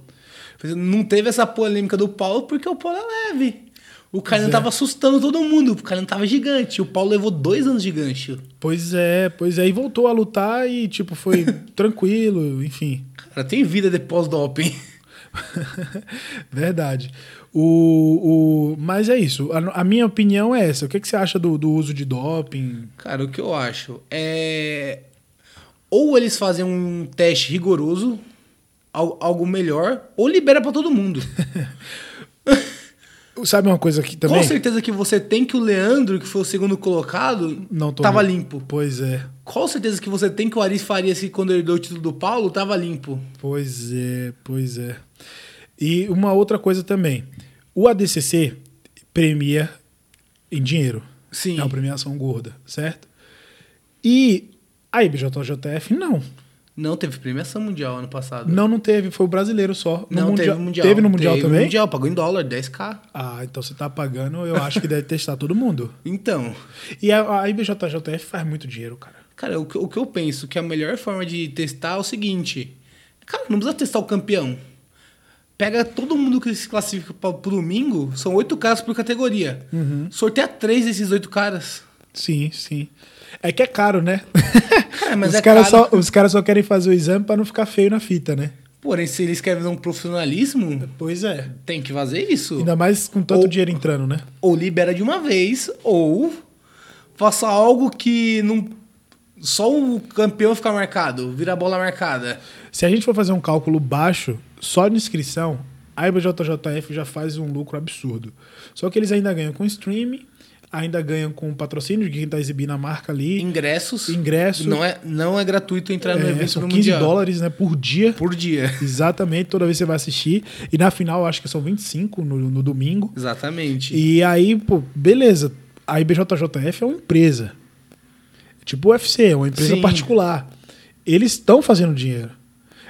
Speaker 2: Por exemplo, Não teve essa polêmica do Paulo porque o Paulo é leve. O
Speaker 1: é.
Speaker 2: Kainan tava assustando todo mundo, o Kainan tava gigante. O Paulo levou dois anos de gancho.
Speaker 1: Pois é, pois é. E voltou a lutar e, tipo, foi tranquilo, enfim.
Speaker 2: Cara, tem vida depois do Open.
Speaker 1: [laughs] Verdade. O, o, mas é isso. A, a minha opinião é essa. O que, que você acha do, do uso de doping?
Speaker 2: [laughs] Cara, o que eu acho é. Ou eles fazem um teste rigoroso, al- algo melhor, ou libera pra
Speaker 1: [laughs]
Speaker 2: todo mundo.
Speaker 1: Sabe uma coisa que também
Speaker 2: Com certeza que você tem que o Leandro, que foi o segundo colocado,
Speaker 1: não tomou?
Speaker 2: tava limpo.
Speaker 1: Pois é,
Speaker 2: Qual certeza que você tem que o Ari faria se quando ele deu o título do Paulo tava limpo?
Speaker 1: pois é, pois é. E uma outra coisa também. O ADCC premia em dinheiro.
Speaker 2: Sim.
Speaker 1: É uma premiação gorda, certo? E a IBJJF não.
Speaker 2: Não teve premiação mundial ano passado.
Speaker 1: Não, não teve. Foi o brasileiro só. No
Speaker 2: Não, teve
Speaker 1: mundial,
Speaker 2: teve mundial.
Speaker 1: Teve no Mundial
Speaker 2: Teve
Speaker 1: também?
Speaker 2: Mundial, pagou em dólar, 10k.
Speaker 1: Ah, então você tá pagando, eu acho que deve testar todo mundo.
Speaker 2: Então,
Speaker 1: E a, a IBJJF faz muito dinheiro, cara.
Speaker 2: cara, o que, o que eu penso que a melhor forma de testar é o seguinte. Cara, não precisa testar o campeão. Pega todo mundo que se classifica pra, pro domingo, são oito caras por categoria.
Speaker 1: Uhum.
Speaker 2: Sorteia três desses oito caras.
Speaker 1: Sim, sim. É que é caro, né?
Speaker 2: Cara, mas
Speaker 1: os
Speaker 2: [laughs] é
Speaker 1: caras
Speaker 2: caro.
Speaker 1: só Os caras só querem fazer o exame pra não ficar feio na fita, né?
Speaker 2: Porém, se eles querem ver um profissionalismo,
Speaker 1: Pois é.
Speaker 2: tem que fazer isso.
Speaker 1: Ainda mais com tanto
Speaker 2: Ou-
Speaker 1: dinheiro entrando, né?
Speaker 2: ou libera de uma vez, ou faça algo que não só o campeão fica marcado, vira a bola marcada.
Speaker 1: Se a gente for fazer um cálculo baixo, só de inscrição, a IBJJF já faz um lucro absurdo. Só que eles ainda ganham com streaming, ainda ganham com patrocínio de quem tá exibindo a marca ali.
Speaker 2: Ingressos.
Speaker 1: Ingresso.
Speaker 2: Não é, não é gratuito entrar no
Speaker 1: É,
Speaker 2: evento
Speaker 1: são
Speaker 2: no
Speaker 1: 15
Speaker 2: Mundial.
Speaker 1: dólares né, por dia.
Speaker 2: por dia.
Speaker 1: Exatamente, toda vez que você vai assistir. E na final, acho que são 25 no, no domingo.
Speaker 2: Exatamente.
Speaker 1: E aí, pô, beleza. A IBJJF é uma empresa. Tipo o UFC, é uma empresa
Speaker 2: Sim.
Speaker 1: particular. Eles estão fazendo dinheiro.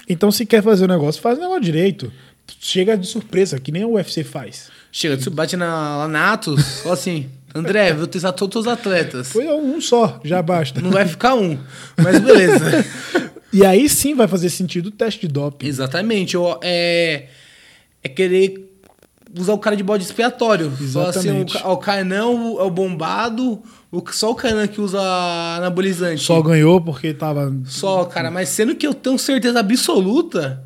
Speaker 1: Então, se quer fazer o negócio, faz o negócio direito. Chega de surpresa, que nem o UFC faz.
Speaker 2: Chega, tu bate na, lá na Atos, fala assim, André, vou testar todos os atletas.
Speaker 1: Foi um só, já basta.
Speaker 2: Não vai ficar um, mas beleza.
Speaker 1: [laughs] E aí sim vai fazer sentido o teste de doping.
Speaker 2: Exatamente. Ou, é, é querer usar o cara de bode expiatório. Falar
Speaker 1: Exatamente.
Speaker 2: Assim, o, Ca- o Kainan é o bombado, o, só o Kainan que usa anabolizante.
Speaker 1: Só ganhou porque tava.
Speaker 2: Só, cara, mas sendo que eu tenho certeza absoluta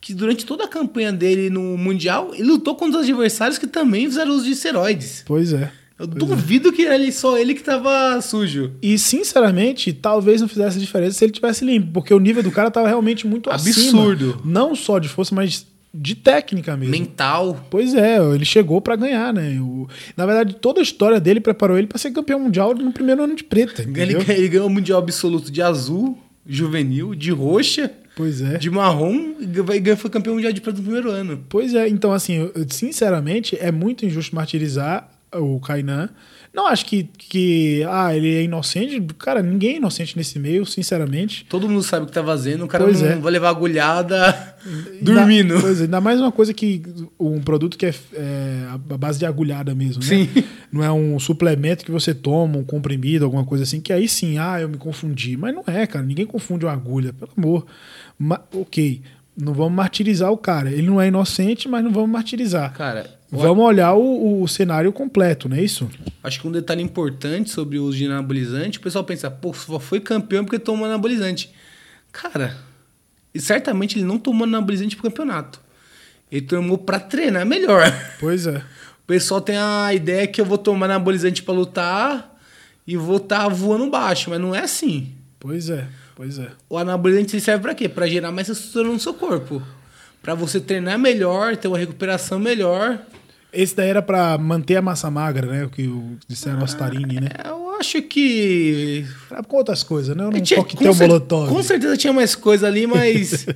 Speaker 2: que durante toda a campanha dele no Mundial, ele lutou contra os adversários que também fizeram uso de esteroides.
Speaker 1: Pois é.
Speaker 2: Eu duvido que era ele, só ele que tava sujo.
Speaker 1: E sinceramente, talvez não fizesse diferença se ele tivesse limpo, porque o nível do cara tava realmente muito
Speaker 2: Absurdo.
Speaker 1: acima. Não só de força, mas de técnica mesmo.
Speaker 2: Mental.
Speaker 1: Pois é, ele chegou pra ganhar, né? O- na verdade, toda a história dele preparou ele pra ser campeão mundial no primeiro ano de preta.
Speaker 2: Ele,
Speaker 1: Entendeu?
Speaker 2: ele ganhou o Mundial Absoluto de azul, juvenil, de roxa,
Speaker 1: Pois é.
Speaker 2: de marrom e gan- ganhou- foi campeão mundial de prata no primeiro ano.
Speaker 1: Pois é, então assim, eu- eu, sinceramente, é muito injusto martirizar o Kainan. Não acho que, que ah, ele é inocente. Cara, ninguém é inocente nesse meio, sinceramente.
Speaker 2: Todo mundo sabe o que tá fazendo, o cara
Speaker 1: Pois
Speaker 2: não
Speaker 1: é.
Speaker 2: vai
Speaker 1: [laughs]
Speaker 2: levar agulhada
Speaker 1: Ainda-
Speaker 2: dormindo.
Speaker 1: pois é, ainda mais uma coisa que. Um produto que é, é a base de agulhada mesmo, né?
Speaker 2: Sim.
Speaker 1: Não é um suplemento que você toma, um comprimido, alguma coisa assim, que aí sim, ah, eu me confundi. Mas não é, cara. Ninguém confunde uma agulha, pelo amor. Ma- ok, não vamos martirizar o cara. Ele não é inocente, mas não vamos martirizar.
Speaker 2: Cara,
Speaker 1: Vamos olhar o, o cenário completo, não é isso?
Speaker 2: Acho que um detalhe importante sobre o uso de anabolizante, o pessoal pensa, pô, só foi campeão porque tomou anabolizante. Cara, e certamente ele não tomou anabolizante pro campeonato. Ele tomou pra treinar melhor. [laughs]
Speaker 1: Pois é.
Speaker 2: O pessoal tem a ideia que eu vou tomar anabolizante pra lutar e vou estar voando baixo, mas não é assim.
Speaker 1: Pois é, pois é.
Speaker 2: O anabolizante serve pra quê? Pra gerar mais testosterona no seu corpo. Pra você treinar melhor, ter uma recuperação melhor.
Speaker 1: Esse daí era pra manter a massa magra, né? O que o- disseram os Tarini, né?
Speaker 2: Eu acho que
Speaker 1: Era com outras coisas, né? Era um
Speaker 2: Tinha-
Speaker 1: coquetel
Speaker 2: com cer-
Speaker 1: molotov.
Speaker 2: Com certeza tinha mais coisa ali,
Speaker 1: [laughs]
Speaker 2: mas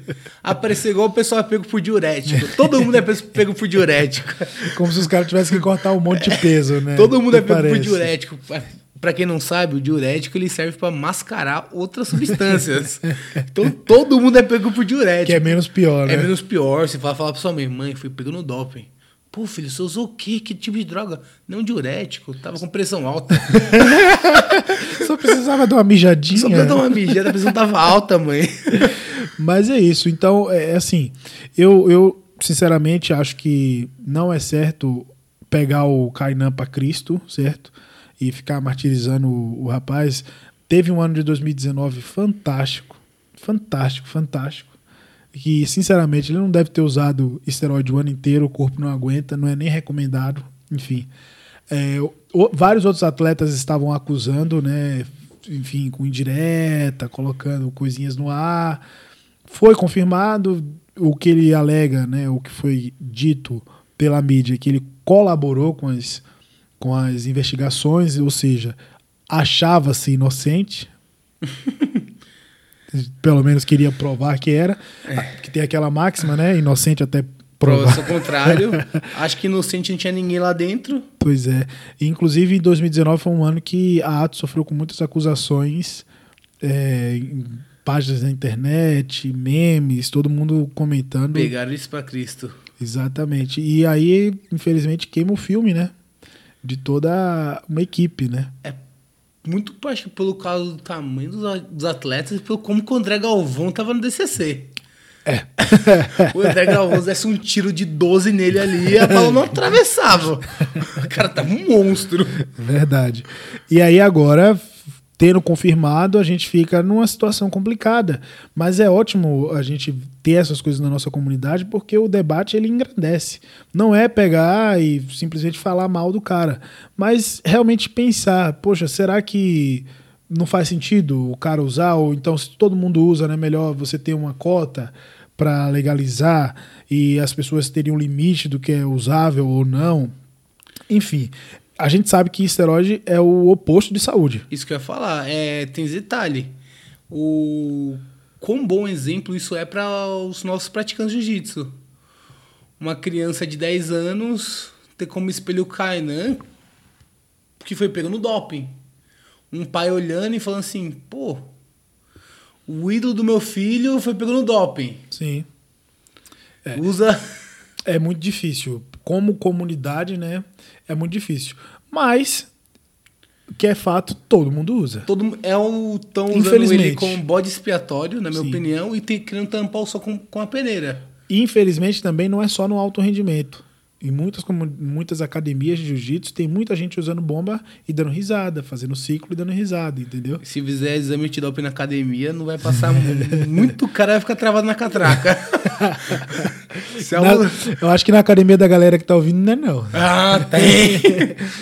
Speaker 2: apareceu igual o pessoal é pego por diurético. Todo mundo é pe- pego por diurético.
Speaker 1: Como se os caras tivessem que cortar um monte de peso, né?
Speaker 2: [laughs] Todo mundo é pego
Speaker 1: Parece.
Speaker 2: por diurético. Pra- Pra quem não sabe, o diurético ele serve pra mascarar
Speaker 1: [laughs]
Speaker 2: outras substâncias. então todo mundo é pego por diurético.
Speaker 1: Que é menos pior, né?
Speaker 2: É menos pior, você fala, fala pra sua mãe, mãe, fui pego no doping. Pô, filho, você usou o quê? Que tipo de droga? Não diurético, tava com pressão alta.
Speaker 1: Só precisava dar uma mijadinha.
Speaker 2: Só pra dar uma mijada, a pressão tava alta, mãe.
Speaker 1: Mas é isso. Então, é é assim. Eu, eu sinceramente acho que não é certo pegar o Kainan para Cristo, certo? E ficar martirizando o, o rapaz. Teve um ano de 2019 fantástico. Fantástico, fantástico. Que, sinceramente, ele não deve ter usado esteroide o ano inteiro, o corpo não aguenta, não é nem recomendado, enfim. É, o- vários outros atletas estavam acusando, né? Enfim, com indireta, colocando coisinhas no ar. Foi confirmado o que ele alega, né? O que foi dito pela mídia, que ele colaborou com as, com as investigações, ou seja, achava-se inocente. Pelo menos queria provar que era. Que tem aquela máxima, né? Inocente até provar.
Speaker 2: Provar. Ao contrário, acho que inocente não tinha ninguém lá dentro.
Speaker 1: [laughs] Pois é. E, Inclusive, em 2019 foi um ano que a Atos sofreu com muitas acusações é, em páginas na internet, memes, todo mundo comentando.
Speaker 2: Pegaram isso pra Cristo.
Speaker 1: Exatamente. E aí, infelizmente, queima o filme, né? De toda uma equipe, né?
Speaker 2: É muito acho que pelo caso do tamanho dos, a- dos atletas e pelo como que o André Galvão tava no DCC. É. [laughs] o André Galvão se desse um tiro de 12 nele ali a bola não atravessava. O cara tava um monstro.
Speaker 1: Verdade. E aí agora, tendo confirmado, a gente fica numa situação complicada. Mas é ótimo a gente ter essas coisas na nossa comunidade, porque o debate ele engrandece. Não é pegar e simplesmente falar mal do cara, mas realmente pensar, poxa, será que não faz sentido o cara usar? Ou então, se todo mundo usa, né? Melhor você ter uma cota para legalizar e as pessoas teriam limite do que é usável ou não. Enfim, a gente sabe que esteroide é o oposto de saúde.
Speaker 2: Isso que eu ia falar. É, tem esse detalhe. O quão bom exemplo isso é para os nossos praticantes de jiu-jitsu. Uma criança de 10 anos ter como espelho o Kainan, que foi pego no doping. um pai olhando e falando assim, pô, o ídolo do meu filho foi pego no doping.
Speaker 1: Sim. É.
Speaker 2: Usa. [laughs]
Speaker 1: É muito difícil. Como comunidade, né? É muito difícil. Mas, o que é fato, todo mundo usa.
Speaker 2: Todo, mu- é o tão usando
Speaker 1: Infelizmente.
Speaker 2: ele como bode expiatório, na minha
Speaker 1: Sim.
Speaker 2: opinião, e tem, querendo tampar o sol com, com a peneira.
Speaker 1: Infelizmente, também não é só no alto rendimento. Em muitas, comu- muitas academias de jiu-jitsu, tem muita gente usando bomba e dando risada, fazendo ciclo e dando risada, entendeu?
Speaker 2: Se fizer exame de doping na academia, não vai passar mu- muito cara vai ficar travado na catraca. [laughs] Se é
Speaker 1: Na-
Speaker 2: um-
Speaker 1: eu acho que na academia da galera que tá ouvindo, não é não.
Speaker 2: Ah, [laughs] tem!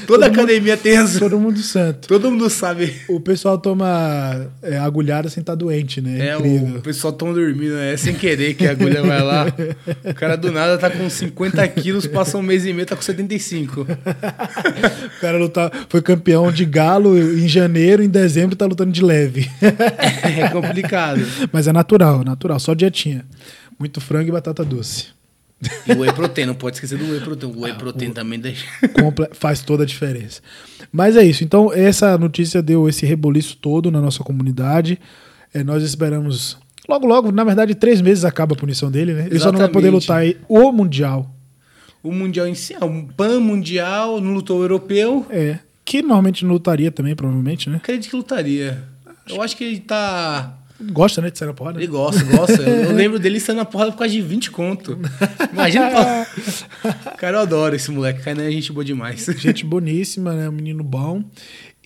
Speaker 2: Toda academia tem as-
Speaker 1: Todo mundo santo.
Speaker 2: Todo mundo sabe.
Speaker 1: O pessoal toma é, agulhada sem estar doente, né?
Speaker 2: É,
Speaker 1: Incrível.
Speaker 2: o pessoal tão dormindo, é sem querer que a agulha vai lá. O cara do nada tá com 50 quilos, passa um mês e meio, tá com 75.
Speaker 1: O cara luta, foi campeão de galo em janeiro, em dezembro tá lutando de leve. [laughs]
Speaker 2: É complicado.
Speaker 1: Mas é natural, é natural, só dietinha. Muito frango e batata doce.
Speaker 2: E o whey protein, não pode esquecer do whey protein. Ah, O whey protein também deixa.
Speaker 1: Comple- faz toda a diferença. Mas é isso. Então, essa notícia deu esse reboliço todo na nossa comunidade. É, nós esperamos. Logo, logo, na verdade, em três meses acaba a punição dele, né? Ele só não vai poder
Speaker 2: Exatamente.
Speaker 1: lutar aí o Mundial.
Speaker 2: O mundial em si, é um pan mundial, não lutou o europeu.
Speaker 1: É. Que normalmente não lutaria também, provavelmente, né?
Speaker 2: Acredito que lutaria. Eu acho que ele tá.
Speaker 1: Gosta, né, de ser na porrada.
Speaker 2: Ele gosta, gosta. Eu, eu lembro dele saindo na porrada por causa de 20 conto. Imagina. pô. Cara, eu adoro esse moleque. Cara, é gente boa demais.
Speaker 1: Gente boníssima, né? Um menino bom.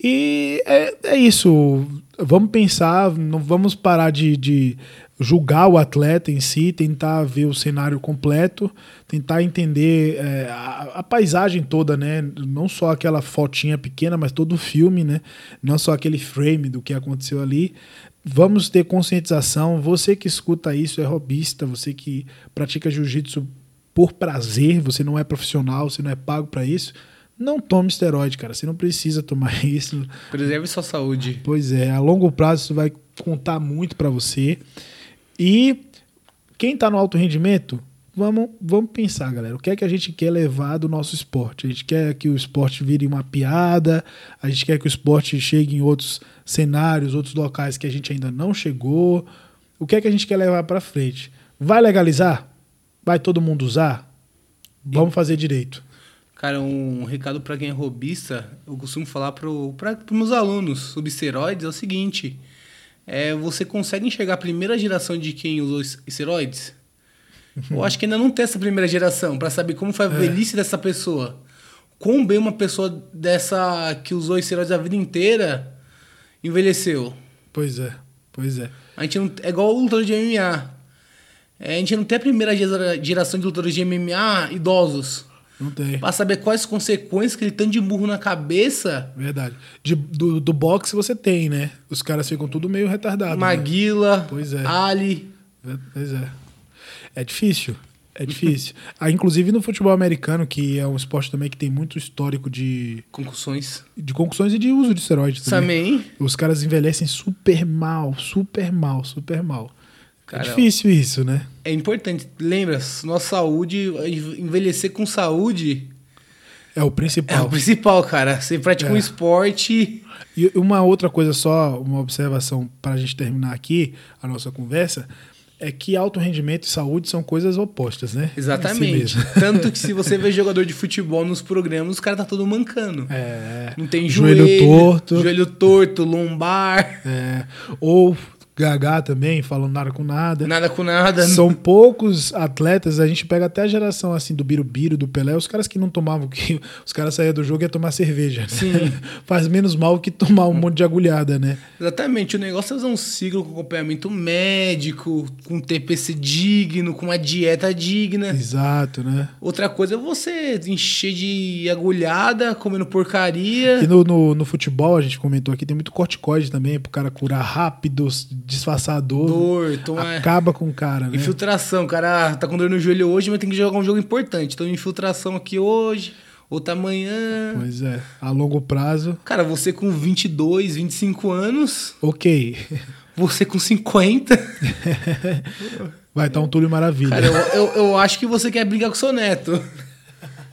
Speaker 1: E é, é isso. Vamos pensar, não vamos parar de, de julgar o atleta em si, tentar ver o cenário completo, tentar entender é, a, a paisagem toda, né? Não só aquela fotinha pequena, mas todo o filme, né? Não só aquele frame do que aconteceu ali. Vamos ter conscientização. Você que escuta isso é robista, você que pratica jiu-jitsu por prazer, você não é profissional, você não é pago pra isso, não tome esteroide, cara. Você não precisa tomar [laughs] isso.
Speaker 2: Preserve sua saúde.
Speaker 1: Pois é, a longo prazo isso vai contar muito pra você. E quem tá no alto rendimento, vamos, vamos pensar, galera. O que é que a gente quer levar do nosso esporte? A gente quer que o esporte vire uma piada, a gente quer que o esporte chegue em outros cenários, outros locais que a gente ainda não chegou. O que é que a gente quer levar pra frente? Vai legalizar? Vai todo mundo usar? Vamos fazer direito.
Speaker 2: Cara, um recado pra quem é robista, eu costumo falar pro, pra, pros meus alunos sobre esteroides é o seguinte. É, você consegue enxergar a primeira geração de quem usou es- esteroides? Eu acho que ainda não tem essa primeira geração pra saber como foi a velhice dessa pessoa. Quão bem uma pessoa dessa que usou esteroides a vida inteira envelheceu.
Speaker 1: Pois é, pois é.
Speaker 2: A gente não, é igual o lutador de MMA. É, a gente não tem a primeira gera- geração de lutadores de MMA idosos.
Speaker 1: Não tem.
Speaker 2: Pra saber quais consequências que ele tanto de burro na cabeça.
Speaker 1: Verdade. De- do, do boxe você tem, né? Os caras ficam tudo meio retardado. né?
Speaker 2: Maguila,
Speaker 1: Pois é.
Speaker 2: Ali.
Speaker 1: Ve- Pois é. É difícil. É
Speaker 2: [laughs]
Speaker 1: difícil. ah, inclusive no futebol americano, que é um esporte também que tem muito histórico de,
Speaker 2: Concussões.
Speaker 1: de concussões e de uso de esteroides também.
Speaker 2: Também.
Speaker 1: Os caras envelhecem super mal, super mal, super mal.
Speaker 2: Cara,
Speaker 1: é difícil isso, né?
Speaker 2: É importante. Lembra, nossa saúde, envelhecer com saúde
Speaker 1: É o
Speaker 2: é
Speaker 1: principal.
Speaker 2: o principal, cara. Você pratica
Speaker 1: É.
Speaker 2: um esporte.
Speaker 1: E uma outra coisa só, uma observação para a gente terminar aqui a nossa conversa, é que alto rendimento e saúde são coisas opostas, né? Em si
Speaker 2: Exatamente.
Speaker 1: mesmo. [laughs]
Speaker 2: Tanto que se você vê jogador de futebol nos programas, os caras tá todo mancando.
Speaker 1: É,
Speaker 2: Não tem
Speaker 1: Joelho
Speaker 2: joelho.
Speaker 1: torto.
Speaker 2: Joelho torto, lombar.
Speaker 1: é, ou GH também, falando nada com nada.
Speaker 2: Nada com nada.
Speaker 1: São poucos atletas, a gente pega até a geração assim do Birubiru, do Pelé, os caras que não tomavam, que os caras saíam do jogo e ia tomar cerveja. né?
Speaker 2: Sim.
Speaker 1: [laughs] Faz menos mal que tomar um monte de agulhada, né?
Speaker 2: Exatamente, o negócio é fazer um ciclo com acompanhamento médico, com um TPC digno, com uma dieta digna.
Speaker 1: Exato, né?
Speaker 2: Outra coisa é você encher de agulhada, comendo porcaria.
Speaker 1: E no, no, no futebol, a gente comentou aqui, tem muito corticoide também, pro cara curar rápido, disfarçar a dor.
Speaker 2: Dor, é. tomar
Speaker 1: Acaba com o cara, né?
Speaker 2: infiltração. O cara tá com dor no joelho hoje, mas tem que jogar um jogo importante. Então, infiltração aqui hoje, outra amanhã.
Speaker 1: Pois é, a longo prazo,
Speaker 2: Cara, você com 22, 25 anos,
Speaker 1: ok. [laughs]
Speaker 2: você com 50.
Speaker 1: Vai estar um Túlio Maravilha.
Speaker 2: Cara, eu, eu, eu acho que você quer brigar com seu neto.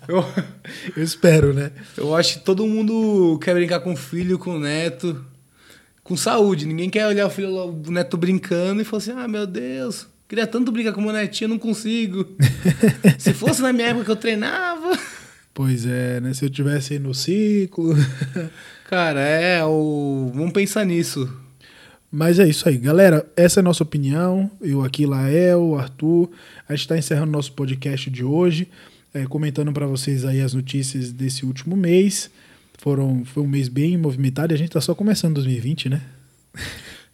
Speaker 2: Eu,
Speaker 1: eu espero, né?
Speaker 2: Eu acho que todo mundo quer brincar com o filho, com o neto. com saúde. Ninguém quer olhar o filho, lá, o neto brincando e falar assim: ah, meu Deus, queria tanto brincar com o meu netinho,
Speaker 1: [laughs]
Speaker 2: não consigo. Se fosse na minha época que eu treinava.
Speaker 1: Pois é, né? Se eu tivesse aí no ciclo. [laughs]
Speaker 2: Cara, é, o... vamos pensar nisso.
Speaker 1: Mas é isso aí, galera. Essa é a nossa opinião. Eu aqui, Lael, o Arthur. A gente está encerrando nosso podcast de hoje, é, comentando para vocês aí as notícias desse último mês. Foram, foi um mês bem movimentado e a gente está só começando 2020, né?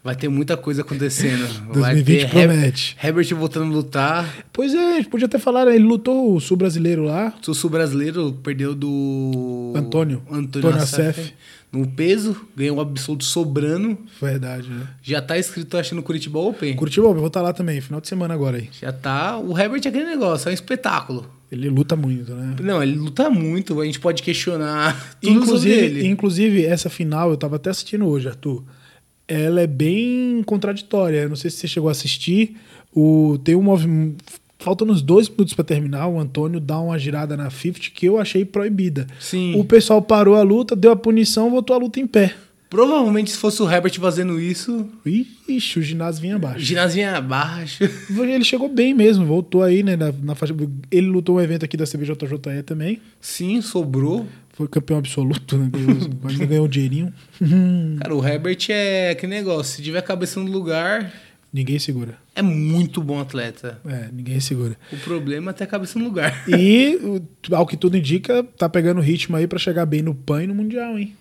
Speaker 2: Vai ter muita coisa acontecendo.
Speaker 1: 2020
Speaker 2: Vai ter
Speaker 1: promete.
Speaker 2: He- Herbert voltando a lutar.
Speaker 1: Pois é, a gente podia até falar, ele lutou o sul-brasileiro lá.
Speaker 2: Sussu brasileiro perdeu do.
Speaker 1: Antônio.
Speaker 2: Antônio
Speaker 1: Antônio
Speaker 2: Assef.
Speaker 1: Assef.
Speaker 2: No peso, ganhou o absoluto sobrano.
Speaker 1: Verdade, né?
Speaker 2: Já tá escrito, acho, no Curitiba Open.
Speaker 1: Curitiba, eu vou estar lá também, final de semana agora aí.
Speaker 2: Já tá. O Herbert é aquele negócio, é um espetáculo.
Speaker 1: Ele luta muito, né?
Speaker 2: Não, ele luta muito, a gente pode questionar [laughs] tudo
Speaker 1: inclusive,
Speaker 2: sobre ele.
Speaker 1: inclusive, essa final, eu tava até assistindo hoje, Arthur. Ela é bem contraditória. Eu Não sei se você chegou a assistir. O, tem um movimento. Faltam uns dois minutos pra terminar. O Antônio dá uma girada na 50 que eu achei proibida.
Speaker 2: Sim.
Speaker 1: O pessoal parou a luta, deu a punição, botou a luta em pé.
Speaker 2: Provavelmente se fosse o Herbert fazendo isso,
Speaker 1: Ixi, o ginásio vinha abaixo.
Speaker 2: ginásio abaixo.
Speaker 1: Ele chegou bem mesmo, voltou aí, né? Na, na faixa. Ele lutou um evento aqui da CBJJE também.
Speaker 2: [laughs] Sim, sobrou.
Speaker 1: Foi campeão absoluto, né? Ganhou- [laughs] Ainda ganhou um dinheirinho.
Speaker 2: Cara, o Herbert é que negócio, se tiver a cabeça no lugar,
Speaker 1: Ninguém segura.
Speaker 2: é muito bom atleta.
Speaker 1: É, ninguém segura.
Speaker 2: O problema é ter a cabeça no lugar. [laughs]
Speaker 1: E, o- ao que tudo indica, tá pegando ritmo aí pra chegar bem no PAN e no Mundial, hein?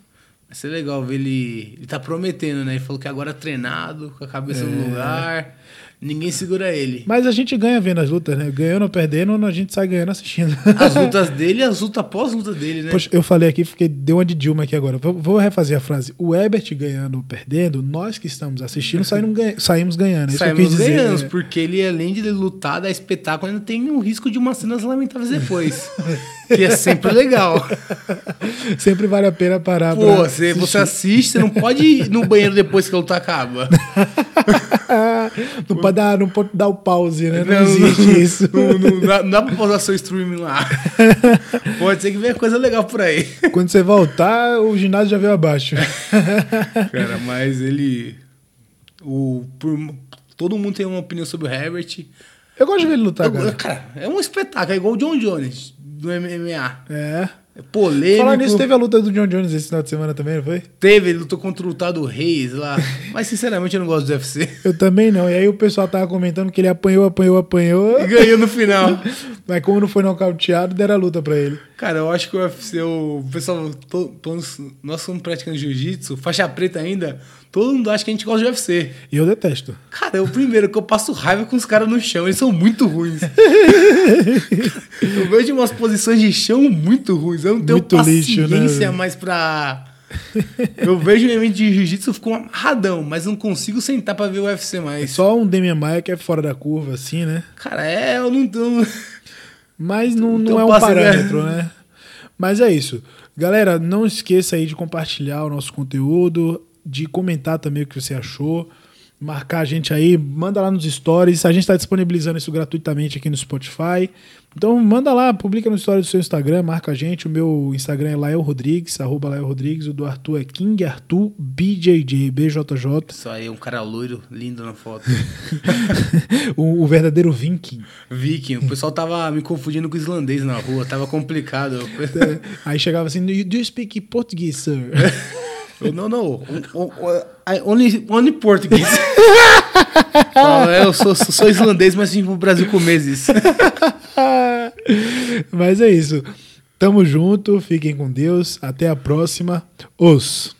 Speaker 2: Vai ser legal ver ele. Ele tá prometendo, né? Ele falou que agora é treinado, com a cabeça no lugar. Ninguém segura ele.
Speaker 1: Mas a gente ganha vendo as lutas, né? Ganhando ou perdendo, a gente sai ganhando
Speaker 2: [laughs]
Speaker 1: assistindo.
Speaker 2: As lutas dele e as lutas após-luta dele, né?
Speaker 1: Poxa, eu falei aqui, fiquei, deu uma de Dilma aqui agora. Vou, vou refazer a frase. O Ebert ganhando ou perdendo, nós que estamos
Speaker 2: [laughs]
Speaker 1: assistindo saímos, ganha- saímos ganhando. Isso que eu
Speaker 2: Saímos
Speaker 1: quis dizer,
Speaker 2: ganhando,
Speaker 1: né?
Speaker 2: porque ele, além de lutar, dar espetáculo, ainda tem um risco de umas cenas lamentáveis [laughs] depois. que é sempre legal.
Speaker 1: Sempre vale a pena parar
Speaker 2: Pô,
Speaker 1: pra
Speaker 2: você, você
Speaker 1: assistir.
Speaker 2: assiste, você não pode ir no banheiro depois que a luta acaba.
Speaker 1: não, pode dar, não pode dar o pause, né? Não,
Speaker 2: Não,
Speaker 1: existe
Speaker 2: [laughs]
Speaker 1: isso.
Speaker 2: Não, não dá, não dá pra pausar seu streaming [laughs] lá. Pode ser que venha coisa legal por aí.
Speaker 1: Quando você voltar, o ginásio já veio
Speaker 2: [laughs]
Speaker 1: abaixo.
Speaker 2: Cara, mas ele. O, por- todo mundo tem uma opinião sobre o Herbert.
Speaker 1: Eu gosto de ver ele lutar,
Speaker 2: Eu-
Speaker 1: cara.
Speaker 2: cara, é um espetáculo, é igual o John Jones do MMA.
Speaker 1: É.
Speaker 2: É polêmico.
Speaker 1: Falar nisso, teve a luta do John Jones esse final de semana também, não foi?
Speaker 2: Teve, ele lutou contra o Lutado Reis lá. Mas sinceramente eu não gosto do UFC.
Speaker 1: Eu também não. E aí o pessoal tava comentando que ele apanhou, apanhou, apanhou.
Speaker 2: E ganhou no final.
Speaker 1: Mas como não foi nocauteado, deram a luta pra ele.
Speaker 2: Cara, eu acho que o UFC, o pessoal, to- pelo menos nós somos praticando jiu-jitsu, faixa preta ainda, todo mundo acha que a gente gosta de UFC.
Speaker 1: E eu detesto.
Speaker 2: Cara, é o primeiro que eu passo raiva com os caras no chão, eles são muito ruins. eu vejo umas posições de chão muito ruins, eu não tenho
Speaker 1: Muito lixo,
Speaker 2: paciência
Speaker 1: né, velho?
Speaker 2: mais pra... Eu vejo o evento de jiu-jitsu, eu fico amarradão, mas não consigo sentar pra ver o UFC mais.
Speaker 1: Só um Demian Maia que é fora da curva, assim, né?
Speaker 2: Cara, é, eu não tenho...
Speaker 1: Mas não, não
Speaker 2: Então
Speaker 1: é um
Speaker 2: passa, né?
Speaker 1: parâmetro, né? Mas é isso. Galera, não esqueça aí de compartilhar o nosso conteúdo, de comentar também o que você achou, marcar a gente aí, manda lá nos stories. A gente está disponibilizando isso gratuitamente aqui no Spotify. Então manda lá, publica no story do seu Instagram, marca a gente. O meu Instagram é Lael Rodrigues, arroba Lael Rodrigues. O do Arthur é King Arthur BJJ, BJJ.
Speaker 2: Isso aí, um cara loiro, lindo na foto.
Speaker 1: [laughs]
Speaker 2: [laughs]
Speaker 1: o, o verdadeiro Vinking.
Speaker 2: Viking, o pessoal tava me confundindo com islandês na rua, tava complicado.
Speaker 1: Aí chegava assim, do you speak português, sir?
Speaker 2: Eu, não, um, não. o- o- o- I é, Only, only português. Fala, "É, eu sou, sou, sou islandês, mas vim pro Brasil com meses.
Speaker 1: [laughs] Mas é isso. Tamo junto, fiquem com Deus. Até a próxima. Os.